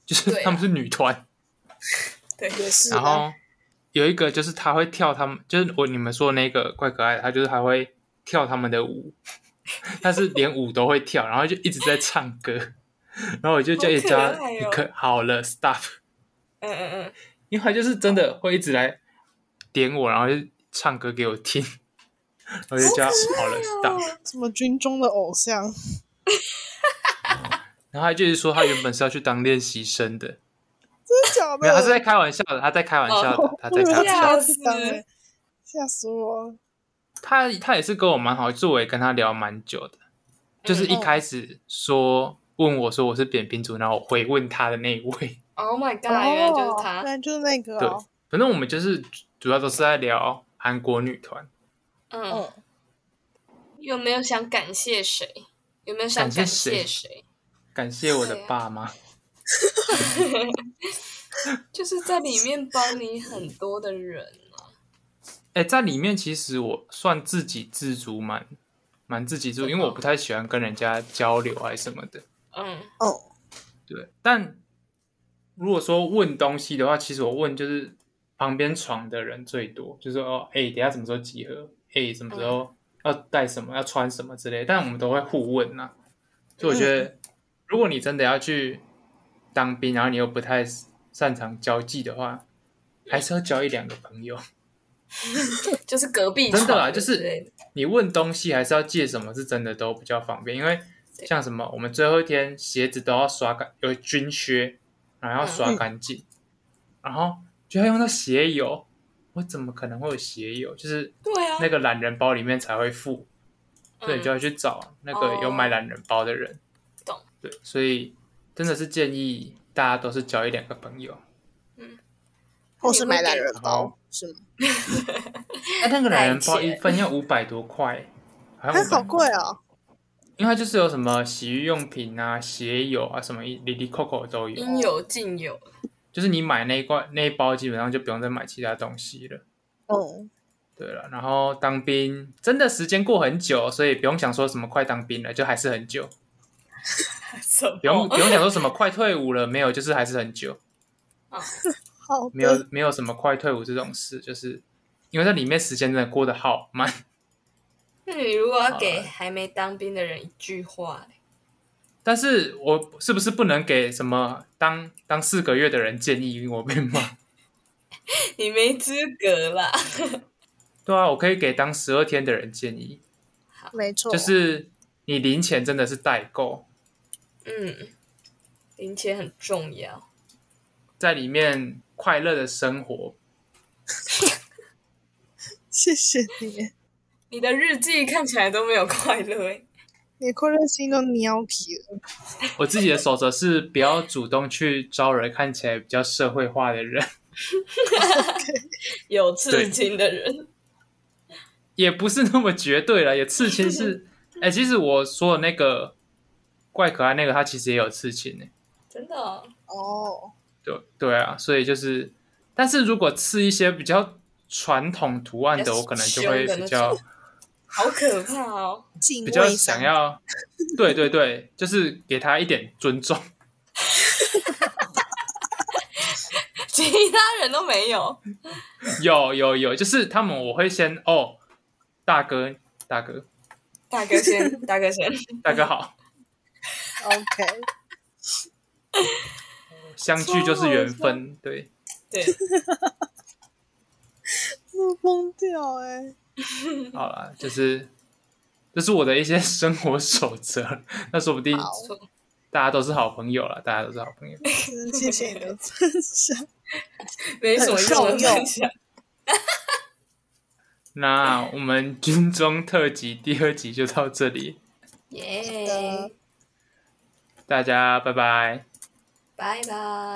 [SPEAKER 1] 就是
[SPEAKER 2] 对啊
[SPEAKER 1] 他们是女团，
[SPEAKER 2] 对，
[SPEAKER 3] 也是
[SPEAKER 1] 然
[SPEAKER 3] 啊。
[SPEAKER 1] 后有一个就是他会跳他们，就是我你们说那个怪可爱的，他就是还会跳他们的舞， 他是连舞都会跳，然后就一直在唱歌， 然后我就叫
[SPEAKER 2] 好
[SPEAKER 1] 一
[SPEAKER 2] 可
[SPEAKER 1] 直叫他
[SPEAKER 2] 爱
[SPEAKER 1] 你
[SPEAKER 2] 哦
[SPEAKER 1] 可好了，stop，
[SPEAKER 2] 嗯嗯嗯，
[SPEAKER 1] 因为他就是真的会一直来点我，然后就唱歌给我听， 我就叫他
[SPEAKER 2] 哦
[SPEAKER 1] 好了，stop，
[SPEAKER 3] 什么军中的偶像？
[SPEAKER 1] 然后他就是说他原本是要去当练习生的，
[SPEAKER 3] 真的假
[SPEAKER 1] 没有，他是
[SPEAKER 3] 的？
[SPEAKER 1] 在开玩笑的，他在开玩笑
[SPEAKER 2] 哦
[SPEAKER 1] 的，他在
[SPEAKER 3] 我以为
[SPEAKER 1] 开
[SPEAKER 3] 他
[SPEAKER 1] 玩笑。
[SPEAKER 3] 超
[SPEAKER 2] 吓死
[SPEAKER 3] 紧张的，吓死我了！
[SPEAKER 1] 他他也是跟我蛮好，就是我也跟他聊蛮久的，就是一开始说问我说我是扁平足，然后我回问他的那一位，
[SPEAKER 2] Oh my god！、
[SPEAKER 3] 哦
[SPEAKER 2] 原来就是他。
[SPEAKER 3] 那就是那个哦，
[SPEAKER 1] 反正我们就是主要都是在聊韩国女团，
[SPEAKER 2] 嗯，
[SPEAKER 3] 嗯，
[SPEAKER 2] 有没有想感谢谁？有没有想感
[SPEAKER 1] 感谢
[SPEAKER 2] 谢
[SPEAKER 1] 谁
[SPEAKER 2] 谁？
[SPEAKER 1] 感谢我的爸妈，
[SPEAKER 2] 就是在里面帮你很多的人。
[SPEAKER 1] 哎、在里面其实我算自给自足蛮蛮自给自足，因为我不太喜欢跟人家交流还是什么的。
[SPEAKER 2] 嗯
[SPEAKER 3] 哦，
[SPEAKER 1] 对，但如果说问东西的话，其实我问就是旁边床的人最多，就是说哦，哎、等一下什么时候集合？哎、什么时候要带什么？要穿什么之类的但我们都会互问呐、所以我觉得，如果你真的要去当兵，然后你又不太擅长交际的话，还是要交一两个朋友。
[SPEAKER 2] 就是隔壁
[SPEAKER 1] 真的啦
[SPEAKER 2] 床
[SPEAKER 1] 就是
[SPEAKER 2] 之类的
[SPEAKER 1] 你问东西还是要借什么是真的都比较方便，因为
[SPEAKER 2] 对
[SPEAKER 1] 像什么我们最后一天鞋子都要刷干，有军靴，然
[SPEAKER 2] 嗯
[SPEAKER 1] 后要刷干净，然后就要用到鞋油，我怎么可能会有鞋油？就是
[SPEAKER 2] 对啊，嗯
[SPEAKER 1] 那个懒人包里面才会附，所以你就要去找那个有买懒人包的人。
[SPEAKER 2] 哦懂
[SPEAKER 1] 对，所以真的是建议大家都是交一两个朋友。
[SPEAKER 3] 或是买懒人
[SPEAKER 1] 哦
[SPEAKER 3] 包是吗？
[SPEAKER 1] 哎，那个懒人包
[SPEAKER 2] 带钱
[SPEAKER 1] 一份 要五百多 块，好
[SPEAKER 3] 它
[SPEAKER 1] 像
[SPEAKER 3] 好
[SPEAKER 1] 500
[SPEAKER 3] 贵哦，
[SPEAKER 1] 因为它就是有什么洗浴用品啊、鞋油啊、什么一里里扣扣都有，
[SPEAKER 2] 应有尽有。
[SPEAKER 1] 就是你买那一罐那一包，基本上就不用再买其他东西了。
[SPEAKER 3] 哦，
[SPEAKER 1] 对了，然后当兵真的时间过很久，所以不用想说什么快当兵了，就还是很久；
[SPEAKER 2] 什么
[SPEAKER 1] 不用、不用想说什么快退伍了，没有，就是还是很久，
[SPEAKER 3] 好
[SPEAKER 1] 没有
[SPEAKER 3] 的，
[SPEAKER 1] 没有什么快退伍这种事，就是因为在里面时间真的过得好慢。
[SPEAKER 2] 那你如果要给
[SPEAKER 1] 好啊
[SPEAKER 2] 还没当兵的人一句话嘞，
[SPEAKER 1] 但是我是不是不能给什么当当四个月的人建议？因为我被骂。
[SPEAKER 2] 你没资格啦。
[SPEAKER 1] 对啊，我可以给当十二天的人建议。
[SPEAKER 3] 没错，
[SPEAKER 1] 就是你零钱真的是代购，
[SPEAKER 2] 嗯，零钱很重要。
[SPEAKER 1] 在里面快乐的生活。
[SPEAKER 3] 谢谢你，
[SPEAKER 2] 你的日记看起来都没有快乐欸
[SPEAKER 3] 你快乐心都蔫皮了，
[SPEAKER 1] 我自己的守则是不要主动去招惹看起来比较社会化的人，
[SPEAKER 2] 有刺青的人，
[SPEAKER 1] 也不是那么绝对了。也刺青是，哎、其实我说的那个怪可爱那个，他其实也有刺青呢、欸
[SPEAKER 2] 真的哦、
[SPEAKER 3] 哦，
[SPEAKER 1] 对对啊，所以就是，但是如果刺一些比较传统图案的，我可能就会比较
[SPEAKER 2] 好可怕哦！
[SPEAKER 3] 敬
[SPEAKER 1] 比较
[SPEAKER 3] 畏
[SPEAKER 1] 想
[SPEAKER 3] 上，
[SPEAKER 1] 要，对对对，就是给他一点尊重。
[SPEAKER 2] 其他人都没有，
[SPEAKER 1] 有有有，就是他们我会先哦，大哥大哥
[SPEAKER 2] 大哥先，大哥先，
[SPEAKER 1] 大哥好，
[SPEAKER 3] OK，
[SPEAKER 1] 相聚就是缘分，对，
[SPEAKER 2] 对，
[SPEAKER 3] 我疯掉哎、
[SPEAKER 1] 好啦，就是这是我的一些 生活守则，那说不定
[SPEAKER 3] 好
[SPEAKER 2] 错
[SPEAKER 1] 大家都是好朋友了，大家都是好朋友，
[SPEAKER 3] 真的谢谢你的分享，
[SPEAKER 2] 没什么用的
[SPEAKER 3] 很受用
[SPEAKER 2] 分享。
[SPEAKER 1] 那我们军中特辑第二集就到这里，
[SPEAKER 2] 耶
[SPEAKER 3] 的，
[SPEAKER 1] 大家拜拜，
[SPEAKER 2] 拜
[SPEAKER 3] 拜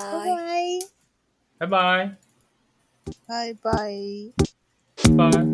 [SPEAKER 1] 拜
[SPEAKER 2] 拜。
[SPEAKER 3] 拜，
[SPEAKER 1] 拜，
[SPEAKER 3] 拜拜。
[SPEAKER 1] 拜。